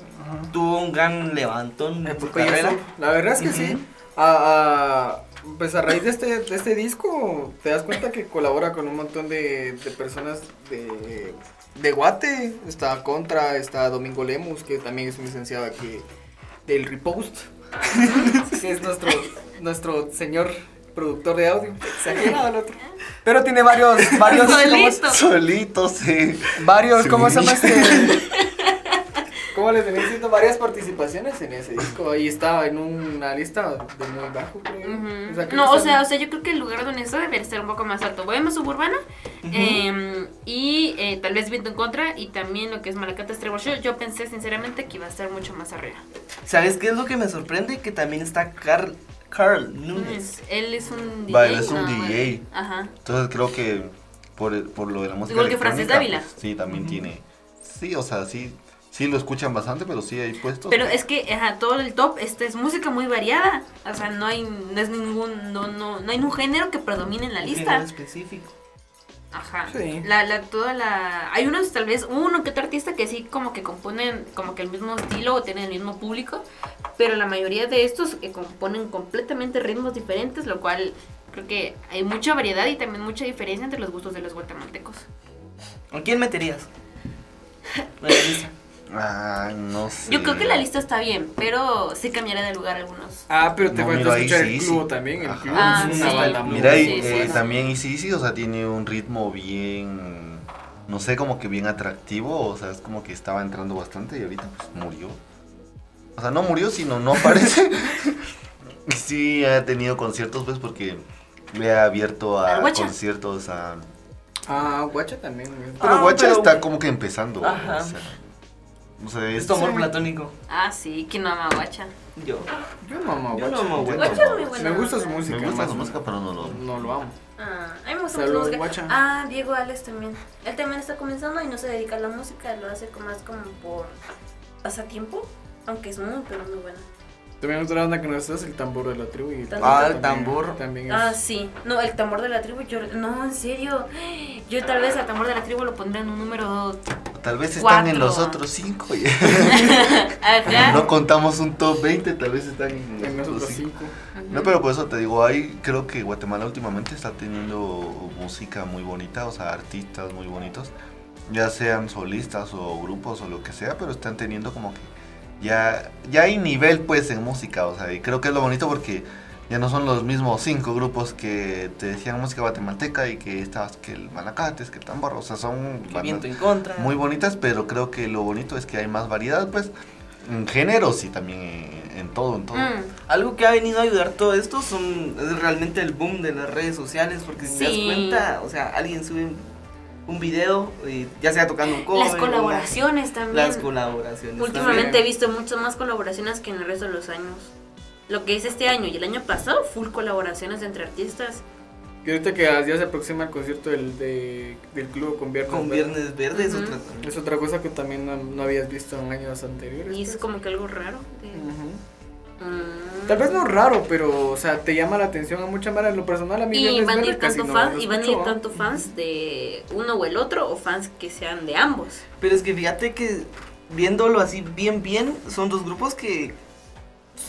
tuvo un gran levantón Eh, en su pues, carrera. sí, La verdad es que sí. Ah, ah, pues a raíz de este, de este disco, te das cuenta que colabora con un montón de, de personas de, de Guate. Está Contra, está Domingo Lemus, que también es un licenciado aquí del Repost, <laughs> que es nuestro, nuestro señor productor de audio. Exagerado el otro. Pero tiene varios, varios, ¿cómo es? Solito. <laughs> Solito, sí. varios, Sí. ¿cómo se llama este? <laughs> ¿Cómo les venía diciendo? Varias participaciones en ese disco. Y estaba en una lista de muy bajo, creo. Ujú. O sea, creo No, que o está sea, o bien. sea, yo creo que el lugar donde está debería ser un poco más alto. Voy más suburbana eh, y eh, tal vez viento en contra y también lo que es Malacates Trevor Show. Yo pensé sinceramente que iba a estar mucho más arriba. ¿Sabes qué es lo que me sorprende? Que también está Carl, Carl Núñez. Mm, Él es un DJ. Va, él es un no, DJ. bueno. Ajá. Entonces creo que por, el- por lo de la música. Igual que Francis electrónica, Dávila. pues, sí, también tiene. Sí, o sea, sí, sí lo escuchan bastante, pero sí hay puestos. Pero es que ajá, todo el top este es música muy variada. O sea, no hay no es ningún no no no hay un género que predomine en la Un género lista. específico. Ajá. Sí. La, la, toda la... Hay unos, tal vez, uno que otro artista que sí como que componen como que el mismo estilo o tienen el mismo público, pero la mayoría de estos eh, componen completamente ritmos diferentes, lo cual creo que hay mucha variedad y también mucha diferencia entre los gustos de los guatemaltecos. ¿A quién meterías? Bueno, Lisa. Ah, no sé. Yo creo que la lista está bien, pero sí cambiaré de lugar algunos. Ah, pero te No, falta mira, ahí escuchar sí, el club sí. también. El Ajá. club Ah, es una sí. banda muy Mira, y, Sí, sí, eh, sí. también Isisi, o sea, tiene un ritmo bien, no sé, como que bien atractivo, o sea, es como que estaba entrando bastante y ahorita pues murió. O sea, no murió, sino no aparece. <laughs> Y sí, ha tenido conciertos, pues, porque le ha abierto a Al Guacha. conciertos a... Ah, Guacha también. güey. Pero Ah, Guacha pero- está como que empezando. Ajá. O sea, o sea, Es es... tu amor platónico. Ah, sí, que no ama a guacha. Yo. Ah. Yo no amo a Yo Guacha. no amo a Guacha. Guacha es muy buena. Me gusta su onda. música. Me gusta más su no- música, pero no lo... No lo amo. Ah, a mí me gusta mucho Saludos, la música. guacha. Ah, Diego Alex también. Él también está comenzando y no se dedica a la música, lo hace como- más como por pasatiempo. Aunque es muy, pero muy buena. También otra banda que no está es el tambor de la tribu. Y el Ah, tambor el también- tambor. También es. Ah, sí. No, el tambor de la tribu, yo... No, en serio. Yo tal vez al tambor de la tribu lo pondré en un <laughs> número... Tal vez están en Cuatro. los otros cinco. y- Ajá. <laughs> no contamos un top 20, tal vez están en los En otros nosotros cinco. cinco. No, pero por eso te digo, ahí creo que Guatemala últimamente está teniendo música muy bonita, o sea, artistas muy bonitos, ya sean solistas o grupos o lo que sea, pero están teniendo como que ya, ya hay nivel pues en música, o sea, y creo que es lo bonito porque ya no son los mismos cinco grupos que te decían música guatemalteca y que estabas que el manacates, que el tambor, o sea, son Que bandas viento en contra. muy bonitas, pero creo que lo bonito es que hay más variedad pues en géneros y también en, en todo, en todo. Mm. Algo que ha venido a ayudar todo esto son, es realmente el boom de las redes sociales, porque si te das Sí. cuenta, o sea, alguien sube un, un video, eh, ya sea tocando un cover. Las o- colaboraciones también. Las colaboraciones. Últimamente he también. visto muchas más colaboraciones que en el resto de los años. Lo que es este año y el año pasado, full colaboraciones entre artistas. Y ahorita que ya se aproxima el concierto del, de- del club con Viernes. Con Verde. Viernes Verdes, Ujú. otra- Es otra cosa que también no, no habías visto en años anteriores. Y es pues. como que algo raro. de- Ujú. Mm. Tal vez no raro, pero, o sea, te llama la atención a mucha mara. En lo personal, a mí Y Viernes van a Verde ir casi tanto no fans, lo y van a ir escucho, ¿va? tanto fans de uno o el otro, o fans que sean de ambos. Pero es que fíjate que viéndolo así bien, bien, son dos grupos que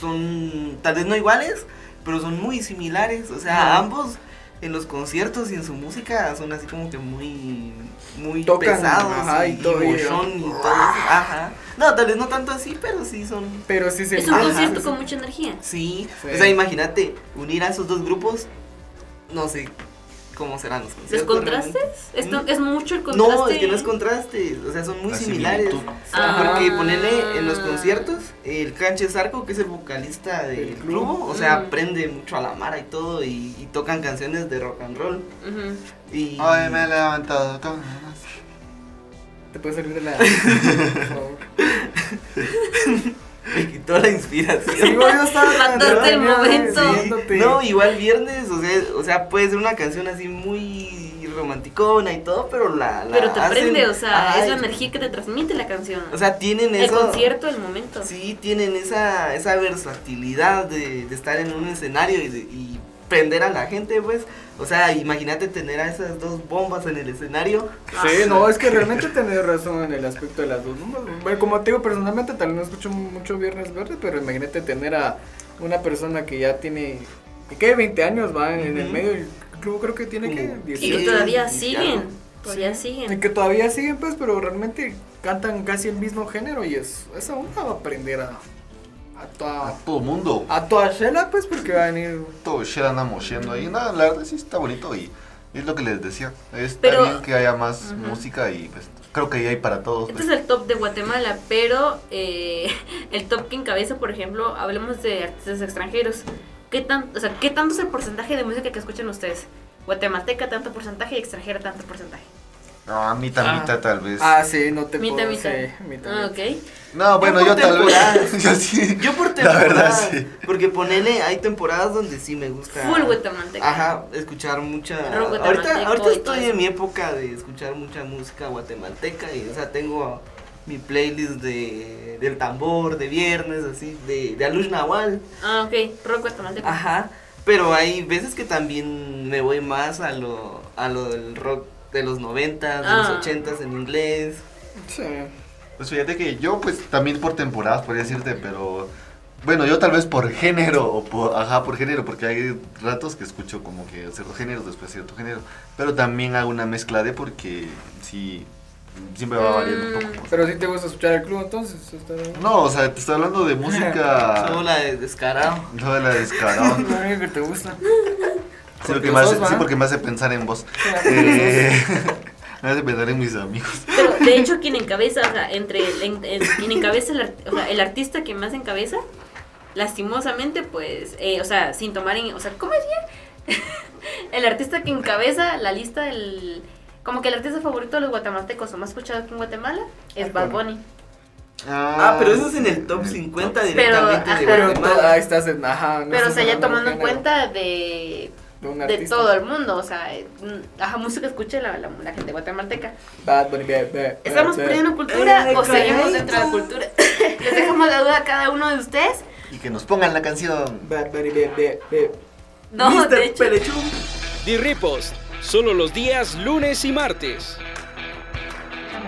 son tal vez no iguales, pero son muy similares. O sea, Ajá. ambos en los conciertos y en su música son así como que muy, muy Tocan, pesados ajá, y y, todo, y- <laughs> mochón y todo eso. Ajá. No, tal vez no tanto así, pero sí son. Pero sí se Es un Ajá. concierto con mucha energía. Sí. Sí. O sea, imagínate unir a esos dos grupos, no sé cómo serán los ¿Los conciertos. realmente. contrastes? Es, Mm. es mucho el contraste. No, es que no es contraste, o sea, son muy La similares. similitud. Ah. Porque ponele en los conciertos, el Canche Zarco, que es el vocalista del Del club. club, o sea, Mm. aprende mucho a la mara y todo, y, y tocan canciones de rock and roll. Ujú. Y Ay, me he <laughs> levantado con ganas. Te puede servir <laughs> de la. Por favor. me quitó la Sí, inspiración. güey, yo estaba Mataste cantando, el mira, momento. güey, Sí. viéndote. No, igual viernes, o sea, o sea, puede ser una canción así muy romanticona y todo, pero la, la Pero te hacen- prende, o sea, Ajá, es la y- energía que te transmite la canción. O sea, tienen el eso. concierto, el momento. Sí, tienen esa, esa versatilidad de, de estar en un escenario y, de- y prender a la gente, pues. O sea, imagínate tener a esas dos bombas en el escenario. Sí, no, es que realmente tenés razón en el aspecto de las dos. ¿no? Bueno, como te digo, personalmente tal vez no escucho mucho Viernes Verde, pero imagínate tener a una persona que ya tiene, que quede 20 años, va, en el Ujú. medio del club, creo que tiene que Como Y 18. que todavía Sí, siguen. claro. Todavía siguen. Y que todavía siguen, pues, pero realmente cantan casi el mismo género y es, esa onda va a aprender a, a A toda... todo mundo. A toda Shela, pues, porque va a venir... Todo shit andamos yendo ahí. Nada, la verdad sí está bonito y y es lo que les decía. Está Pero- bien que haya más Ujú. música y pues creo que ahí hay para todos. Este pues. es el top de Guatemala, pero eh, <laughs> el top que encabeza, por ejemplo, hablemos de artistas extranjeros. ¿Qué, tan, o sea, ¿Qué tanto es el porcentaje de música que escuchan ustedes? Guatemalteca, tanto porcentaje, y extranjera, tanto porcentaje. No, a mitad, Ah. mitad tal vez. Ah, sí, no te Mitad, puedo... mitad. sí, mitad, Ah, mitad. ok. No, bueno, por yo tal vez. temporadas. <laughs> yo sí. Yo por La temporadas. verdad, sí. Porque ponele, hay temporadas donde sí me gusta. Full guatemalteca. Ajá, escuchar mucha. Rock Ahorita, guatemalteco ahorita y todo estoy eso. en mi época de escuchar mucha música guatemalteca y, o sea, tengo mi playlist de, del tambor, de viernes, así, de, de Alush Nahual. Ah, ok. Rock guatemalteco. Ajá, pero hay veces que también me voy más a lo, a lo del rock de los 90, de Ah. los 80 en inglés. Sí. Pues fíjate que yo, pues también por temporadas, podría decirte, pero. Bueno, yo tal vez por género, o por, ajá, por género, porque hay ratos que escucho como que ciertos géneros, después cierto género. Pero también hago una mezcla de porque sí, siempre va variando un poco. pues. Pero si te gusta escuchar el club, entonces. está bien. No, o sea, te estoy hablando de <laughs> música. Solo la de descarado. No de la descarada. <laughs> <laughs> Lo único que te gusta. Sí, porque Porque me hace- sos, ¿va? sí, porque me hace pensar en vos. Eh, <laughs> me hace pensar en mis amigos. Pero de hecho, quien encabeza, o sea, entre en- en- quien encabeza el, art- o sea, el artista que más encabeza, lastimosamente, pues, eh, o sea, sin tomar en, o sea, ¿cómo decía? <laughs> el artista que encabeza la lista del, como que el artista favorito de los guatemaltecos o más escuchado aquí en Guatemala es Bad Bunny. Ah, pero eso es en el top 50 directamente Pero, de ajá. Pero to- Guatemala. ahí estás en. Ajá. no Pero, o estás sea, ya hablando tomando de en género, cuenta de, de un de artista. todo el mundo, o sea, eh, mm, ajá, música escuche la, la, la gente guatemalteca. Bad Bunny, bad, bad, bad, ¿Estamos bad. perdiendo cultura Eh, o seguimos correcto. dentro de la cultura? <laughs> Les dejamos la duda a cada uno de ustedes. Y que nos pongan la canción. Bad Bunny, bad, bad, bad. No, Mr. de hecho. Pelechón. The Ripos, solo los días lunes y martes.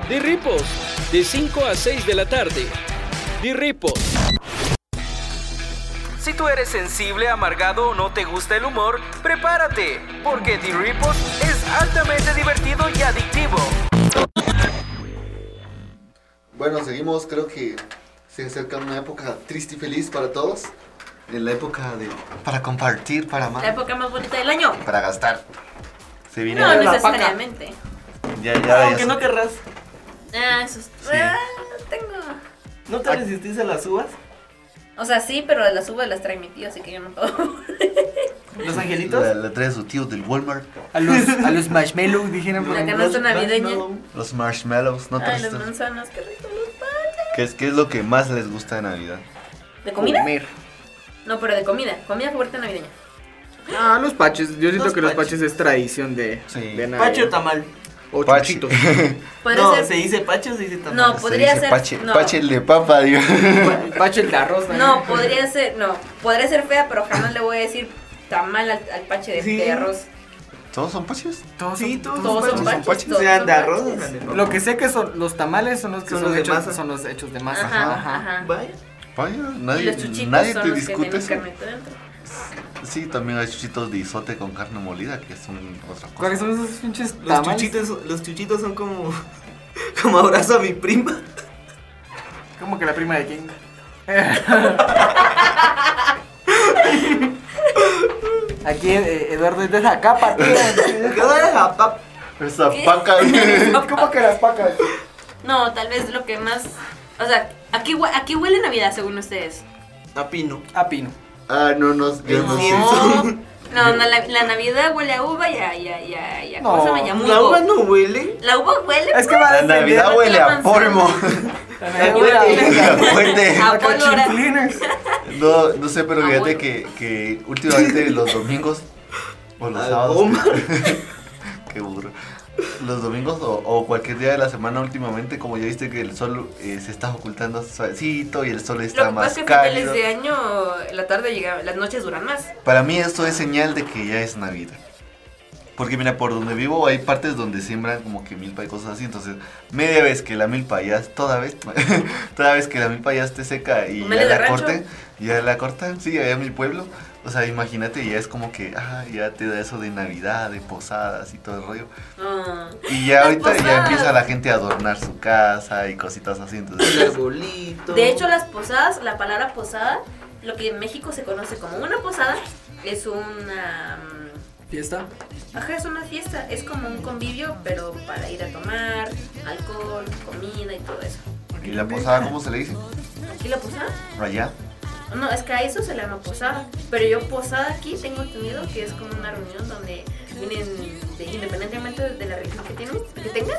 The Ripos, de 5 a 6 de la tarde. The Ripos. Si tú eres sensible, amargado o no te gusta el humor, prepárate, porque The Ripos es altamente divertido y adictivo. Bueno, seguimos, creo que se acerca una época triste y feliz para todos. En la época de... Para compartir, La para amar, época más bonita del año. para gastar. Se viene. No la paca. necesariamente. Ya, ya, ya. Aunque no querrás. Ah, eso es- Sí. Ah, no tengo. ¿No te resistís a las uvas? O sea, sí, pero las uvas las trae mi tío, así que yo no puedo. ¿Los La, angelitos? la trae su tío del Walmart. A los, a los marshmallows dijeron por La ahí. canasta navideña. Los marshmallows, no Ay, traes las esto? manzanas, qué rico. ¿Qué es, ¿Qué es lo que más les gusta de Navidad? ¿De comida? Comer. No, pero de comida. Comida favorita navideña. Ah, los paches. Yo siento Los que los paches. paches es tradición de, Sí. de Navidad. Pacho o tamal. O Pache. chuchitos. Podría No, ser. se dice pacho o se dice tamal. No, pues, podría Se dice ser. Pache, no. Pache el de papa, digo. <laughs> El pache el de arroz. No, pues, podría ser. No, podría ser fea, pero jamás le voy a decir tamal al, al pache de, Sí. de arroz. <laughs> ¿Todos son paches? Todos Sí, son- todos Todos son son paches, paches. O todos sea, son de arroz. paches. o de papa. Lo que sé que son los tamales son los que Son son, los de hechos, masa. son los hechos de masa. Ajá, Ajá. ajá. Vaya. Vaya, Y nadie, los chuchitos nadie son te los que discute tienen eso. carnita dentro. Sí, también hay chuchitos de isote con carne molida, que es un- otra cosa. ¿Cuáles son esos pinches Los tamales? chuchitos, los chuchitos son como. <laughs> Como abrazo a mi prima. Como que la prima de <laughs> quién. Aquí eh, Eduardo es de la capa, <laughs> tío. Cada pap- Esa <laughs> <laughs> paca. de- ¿Cómo que las pacas? No, tal vez lo que más. O sea, aquí, hue- aquí huele Navidad, según ustedes. a pino. A pino. Ah, no, no, yo no sé. No, no, no, la, la Navidad huele a uva y a, y a, y a, y a- ¿cómo No, se llama? Y a musgo. La uva no huele. La uva huele Es que va a La defender Navidad huele a polvo. <laughs> La Navidad huele Huele a- a fuente. A a pólvora. cochinflines. No, no sé, pero Ah, fíjate bueno. que, que últimamente los domingos o los A sábados. goma. <laughs> Qué burro. Los domingos o, o cualquier día de la semana últimamente, como ya viste que el sol eh, se está ocultando suavecito y el sol Lo está que pasa es más que a finales cálido. de año la tarde llega, las noches duran más. Para mí esto es señal de que ya es Navidad. Porque mira, por donde vivo hay partes donde siembran como que milpa y cosas así. Entonces, media vez que la milpa ya, toda vez, <laughs> toda vez que la milpa ya esté seca y Comele ya de la rancho. corten, ya la cortan, sí, allá en mi pueblo. O sea, imagínate, ya es como que, ah, ya te da eso de Navidad, de posadas y todo el rollo. Ah. Y ya Las ahorita ya posadas. empieza la gente a adornar su casa y cositas <laughs> así. <coughs> El Entonces, arbolito. De hecho, las posadas, la palabra posada, lo que en México se conoce como una posada, es una. mm, ¿Fiesta? Ajá, es una fiesta, es como un convivio, pero para ir a tomar, alcohol, comida y todo eso. ¿y la posada cómo se le dice? ¿Aquí la posada? Allá. No, es que a eso se le llama posada. Pero yo posada aquí tengo entendido que es como una reunión donde vienen, de- independientemente de la religión que, tienen, que tengan,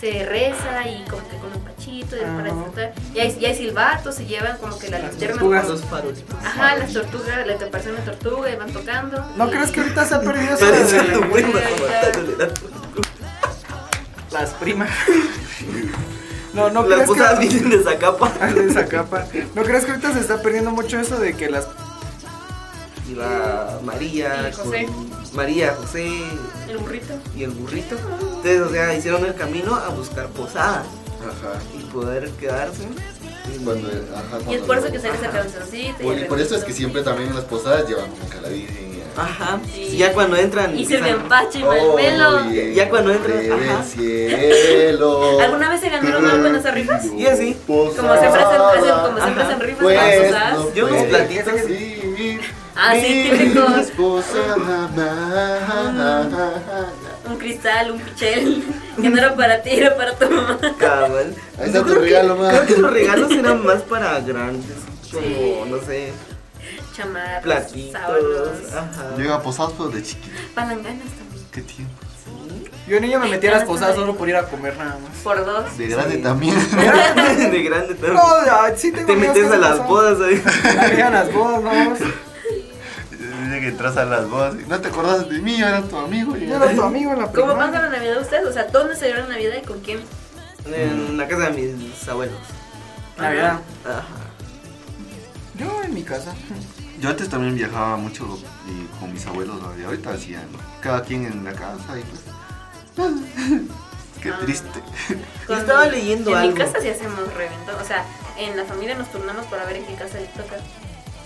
se reza y como que con un pachito y para Ajá. disfrutar. Y hay, y hay silbatos, se llevan como que la linterna. tortugas. con- Los farolitos. Ajá, las tortugas, la preparación de tortuga y van tocando. ¿No y- crees que ahorita se ha perdido eso Parece de la abuela aguantándole la- las primas? <laughs> No, no Las crees posadas que... <laughs> vienen de Zacapa. Esa capa. ¿No crees que ahorita se está perdiendo mucho eso de que las iba María, Y José. con María, José El burrito. y el burrito. Entonces, o sea, hicieron el camino a buscar posada Ajá. y poder quedarse. Y Cuando, ajá, Y cuando- esfuerzo que se les calzoncito. y Por, el por eso es que recuerdo. siempre también en las posadas llevan como que a la virgen. y a- Ajá. Sí. Y ya cuando entran. Y se me empiezan- empacha y Oh, malmelo. bien, Ya cuando entras, breve ajá. cielo. <laughs> ¿Alguna vez se <laughs> ganaron algo en esas rifas? Y así. Como siempre hacen, hacen- como siempre Ajá. hacen rifas Pues, para posadas. no Yo unos puedes platitos. recibir Ah, sí, mi típicos. esposa amada. Un cristal, un pichel, <laughs> que no era para ti, era para tu mamá. Cabal. Pues Ahí está Yo tu creo que- regalo, ma. Creo que los regalos eran más para grandes. Como, no sé, Chamarras, platitos. ah. sábanos, Ajá. Llega a posadas, pero de chiquito. palanganas también. Qué tiempo. Yo niño me metí a las posadas solo por ir a comer nada más. Por dos. De Sí. grande también. <laughs> <laughs> de grande también. No, ah, sí tengo Te amigos metes que a hacen las posadas. <laughs> bodas ahí. Me metí a las bodas, vamos. Dice que entras a las bodas. y, No te acordás de mí, yo era tu amigo. y- Yo era tu amigo en la ¿Cómo primaria. pasan la Navidad ustedes? O sea, ¿dónde se la Navidad y con quién? En la casa de mis abuelos. Ah, Navidad. Ajá. Yo en <laughs> mi casa. Yo antes también viajaba mucho y con mis abuelos. ¿no? Y ahorita hacían cada quien en la casa. Y pues. <laughs> Qué triste. Con- estaba leyendo en algo. mi casa sí hacemos reventón. O sea, en la familia nos turnamos para ver en qué casa le toca.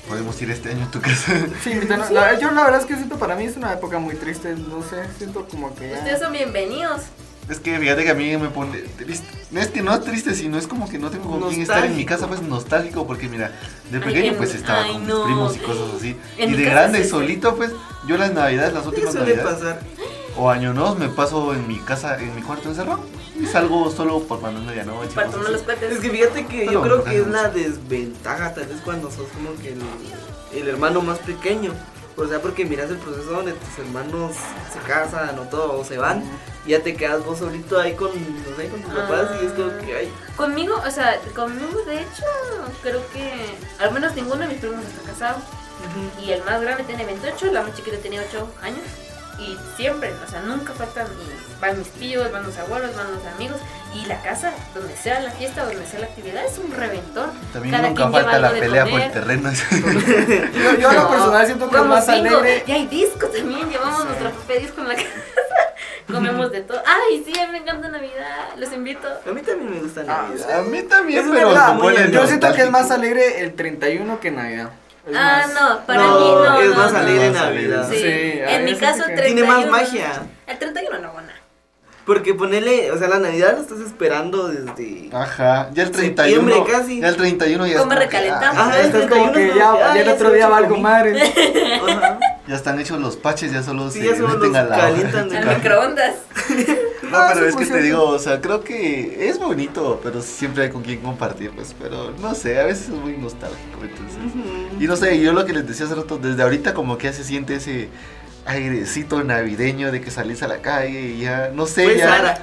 Podemos ir este año a tu casa. <laughs> Sí, invitan- la- yo la verdad es que siento para mí es una época muy triste, no sé, siento como que Ustedes ya... son bienvenidos. Es que fíjate que a mí me pone triste. No es que no es triste, sino es como que no tengo con quién estar en mi casa, pues nostálgico, porque mira, de pequeño en- pues estaba ay, con no. mis primos y cosas así. En y mi de casa grande sí. solito, pues yo las navidades, las ¿Qué últimas suele navidades pasar? o año nuevos me paso en mi casa, en mi cuarto encerrado. Y salgo solo por cuando es medianoche. Para cosas tomar los así. cohetes. Es que fíjate que yo Bueno, creo que es bueno. la desventaja, tal vez cuando sos como que el, el hermano más pequeño. O sea, porque miras el proceso donde tus hermanos se casan o todo, o se van, y ya te quedas vos solito ahí con, no sé, con tus papás, y es como que, ay, Conmigo, o sea, conmigo de hecho, creo que al menos ninguno de mis primos está casado. Y el más grande tiene 28, la más chiquita tiene 8 años. Y siempre, o sea, nunca faltan. y van mis tíos, van los abuelos, van los amigos. Y la casa, donde sea la fiesta, donde sea la actividad, es un reventón. También Cada nunca quien lleva falta la algo de pelea por comer. <laughs> el terreno. <laughs> Yo, yo en lo No, personal siento que es somos más cinco. alegre... Y hay disco también, llevamos Sí. nuestro papel disco en la <laughs> casa. Comemos de todo. Ay, sí, a mí me encanta Navidad, los invito. <laughs> a mí también me gusta Ah, Navidad. a mí también, Es pero verdad, se pone yo siento que nostálgico. es más alegre el 31 que Navidad. Es Ah, más- no, para No, mí no. es no, más no. alegre Más alegre. Navidad. Sí, Sí, ahí en mi sí caso, que- 31. Tiene más magia. El 31 no, buena. Porque ponele, o sea, la Navidad la estás esperando desde... Ajá, ya el Septiembre 31. casi. Ya el 31 ya Como es que, recalentamos. ah, Ajá, Es estás como que ya, ya el otro día <laughs> valgo madre. <laughs> Ajá. ah, Ya están hechos los paches, ya solo Sí, se ya solo meten los a la hora. <laughs> calientan de- Al microondas. <laughs> No, Ah, pero sí, es que pues, te sí. digo, o sea, creo que es bonito, pero siempre hay con quien compartir, pues, pero no sé, a veces es muy nostálgico, entonces. Y no sé, yo lo que les decía hace rato, desde ahorita como que ya se siente ese airecito navideño de que salís a la calle y ya, no sé, Pues ya. <laughs> Sara.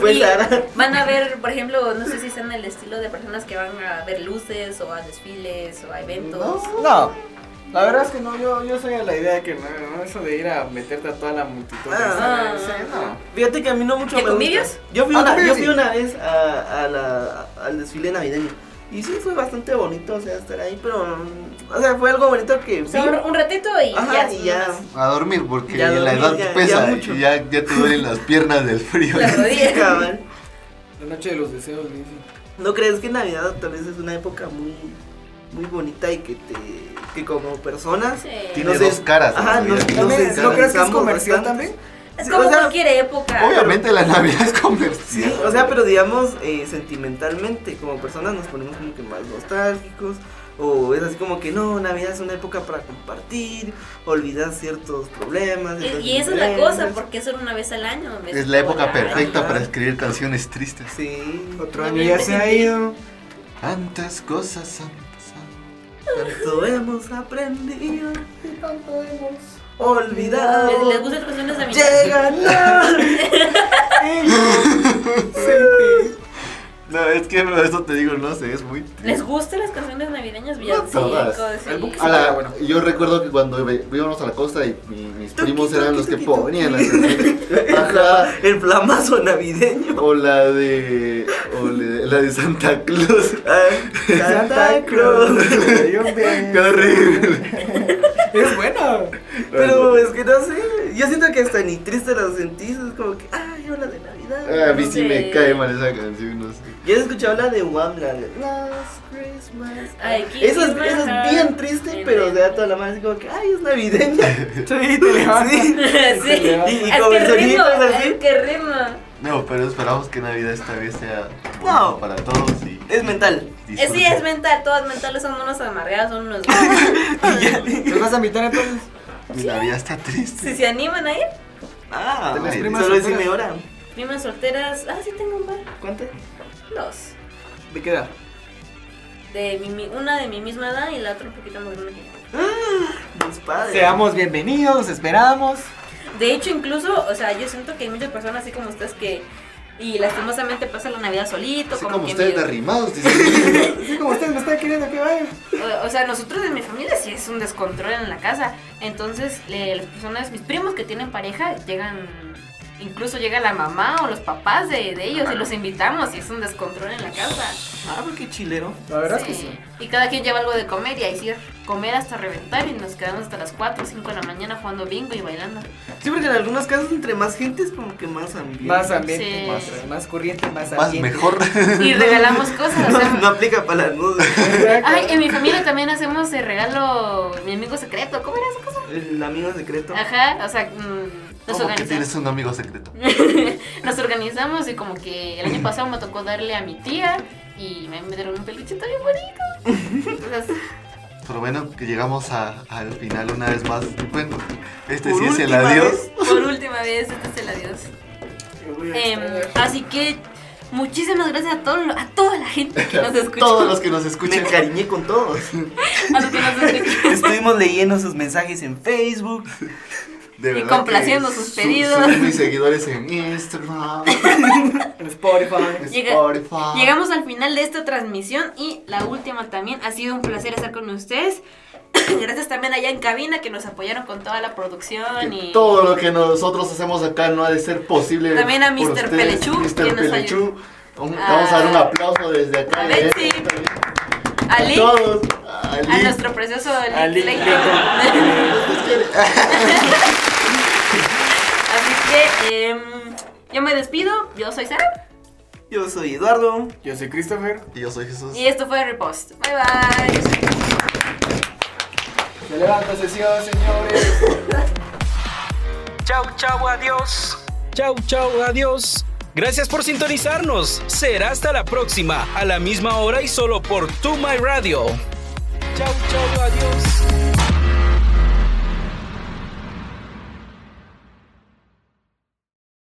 pues Y Sara. Van a ver, por ejemplo, no sé si sean el estilo de personas que van a ver luces o a desfiles o a eventos. No, la verdad es que no, yo, yo soy de la idea de que no, no, eso de ir a meterte a toda la multitud. Ah. sí, no. Fíjate que a mí no mucho ¿De me gusta. convivios? Yo fui, Ah, una, yo convivios, fui sí. una vez a, a la- al desfile navideño. Y sí, fue bastante bonito, o sea, estar ahí, pero... mm, O sea, fue algo bonito que... O Sí, sea, un- un ratito y ajá, ya. y ya... A dormir porque Ya la dormir, edad ya- pesa ya y mucho. ya, ya te duelen las piernas del <laughs> frío. La rodilla. <laughs> cabal. La noche de los deseos, le dicen. ¿No crees que Navidad tal vez es una época muy, muy bonita y que te... que como personas... Sí. Tiene No sé. dos caras. la Ajá, no, Navidad. no También, sé, ¿No crees que es analizamos comercial bastante. también? Es Sí, como o sea, cualquier época. Obviamente la Navidad es comercial. Sí, o sea, pero digamos eh, sentimentalmente, como personas nos ponemos como que más nostálgicos, o es así como que no, Navidad es una época para compartir, olvidar ciertos problemas. Y, ciertas y esa es la diferencias. cosa, porque es solo una vez al año. ¿ves? Es la época Hola. perfecta Ajá. para escribir canciones tristes. Sí, Otro año ya se ha ido. Tantas cosas han pasado. tanto hemos aprendido, tanto hemos olvidado. ¿Les, les gustan las canciones de mi Llega <laughs> la- No, es que pero esto te digo, no sé, es muy triste. ¿Les gustan las canciones navideñas? todas. Villancicos. <laughs> El sí. buque A la- bueno. Yo recuerdo que cuando ve- íbamos a la costa y mi- mis Tuki, primos eran tuki, los que tuki, tuki. ponían las <laughs> canciones. Ajá. El flamazo navideño. O la de. O le- la de Santa <laughs> Claus. Ay, Santa Cruz. <laughs> Yo bien. <laughs> Qué horrible. Es buena. Pero es que no sé. Yo siento que hasta ni triste la sentís. Es como que, ay, hola de Navidad. Ah, A mí sí me Sí. cae mal esa canción, no sé. Yo he escuchado la de One la de Last Christmas. Ay, Kiss Eso es, Kiss My eso Heart. es bien triste, Bien, pero bien. de a toda la madre es como que, ay, es navideña. Sí, te levantas. sí. Y, y Ay, con qué el ritmo, sonido ay, así. qué ritmo. No, pero esperamos que Navidad esta vez sea No. bonito para todos y Es mental. Eh, sí, es disfruten. mental, todos mentales son unos amargados, son unos... ¿Los vas a invitar entonces? Mi Navidad está triste. si se animan a ir, Ah, De las ay, primas solo solteras. decime ahora. primas solteras, ah, sí tengo un par, ¿Cuánto? dos, ¿De qué edad? de mi, mi- una de mi misma edad y la otra un poquito más grande. Mis padres. Seamos bienvenidos, los esperamos. De hecho, incluso, o sea, yo siento que hay muchas personas así como ustedes que, y lastimosamente pasan la Navidad solito, Así como, como que ustedes medio- <laughs> derrimados, "Mm, dicen. Así como ustedes me están queriendo que vaya. O, o sea, nosotros de mi familia sí es un descontrol en la casa. Entonces, eh, las personas, mis primos que tienen pareja, llegan, incluso llega la mamá o los papás de, de ellos y los invitamos y es un descontrol en la casa. Ah, pero qué chilero. La verdad es que Sí. sí. Y cada quien lleva algo de comer y ahí sí, comer hasta reventar y nos quedamos hasta las 4 o 5 de la mañana jugando bingo y bailando. Sí, porque en algunos casos entre más gente es como que más ambiente. Más ambiente, Sí. más, más corriente, más Más ambiente. <laughs> mejor. Y regalamos cosas. <laughs> No, hacemos- no aplica para las dos. Exacto. Ay, en mi familia también hacemos el regalo, mi amigo secreto. ¿Cómo era esa cosa? El amigo secreto. Ajá, o sea, mm, nos Como que organizamos. tienes un amigo secreto. <laughs> Nos organizamos y como que el año pasado me tocó darle a mi tía y me me dieron un peluche también bonito. Entonces, Por lo menos que llegamos a- al final una vez más. Bueno, este Por sí es el última adiós. vez. por última vez, este es el adiós. Em, así que muchísimas gracias a, todo, lo- a toda la gente que nos escuchó. Todos los que nos Me escuchen. encariñé con todos. <laughs> A los que nos escuchó. Estuvimos leyendo sus mensajes en Facebook. <laughs> De Y verdad complaciendo que sus su- pedidos. suben mis seguidores en Instagram, En Spotify. <laughs> Llega- Spotify. Llegamos al final de esta transmisión y la última también. Ha sido un placer estar con ustedes. <clears throat> Gracias también allá en cabina que nos apoyaron con toda la producción Que y Todo lo que nosotros hacemos acá no ha de ser posible. También a por Mr. ustedes. Pelechú, que Mr. nos Pelechú. Un- Vamos a dar un Ah. aplauso desde acá. A Betsy. a A Link, todos. a Ali. nuestro precioso Link A Link Lake. Lake. Así que em, yo me despido, yo soy Sara Yo soy Eduardo. Yo soy Christopher. Y yo soy Jesús. y esto fue Repost. Bye bye. Se levanta sesión, señores. Chau, chau, adiós. Chau, chau, adiós. Gracias por sintonizarnos. Será hasta la próxima, a la misma hora y solo por Tu My Radio. Chau, chau, adiós.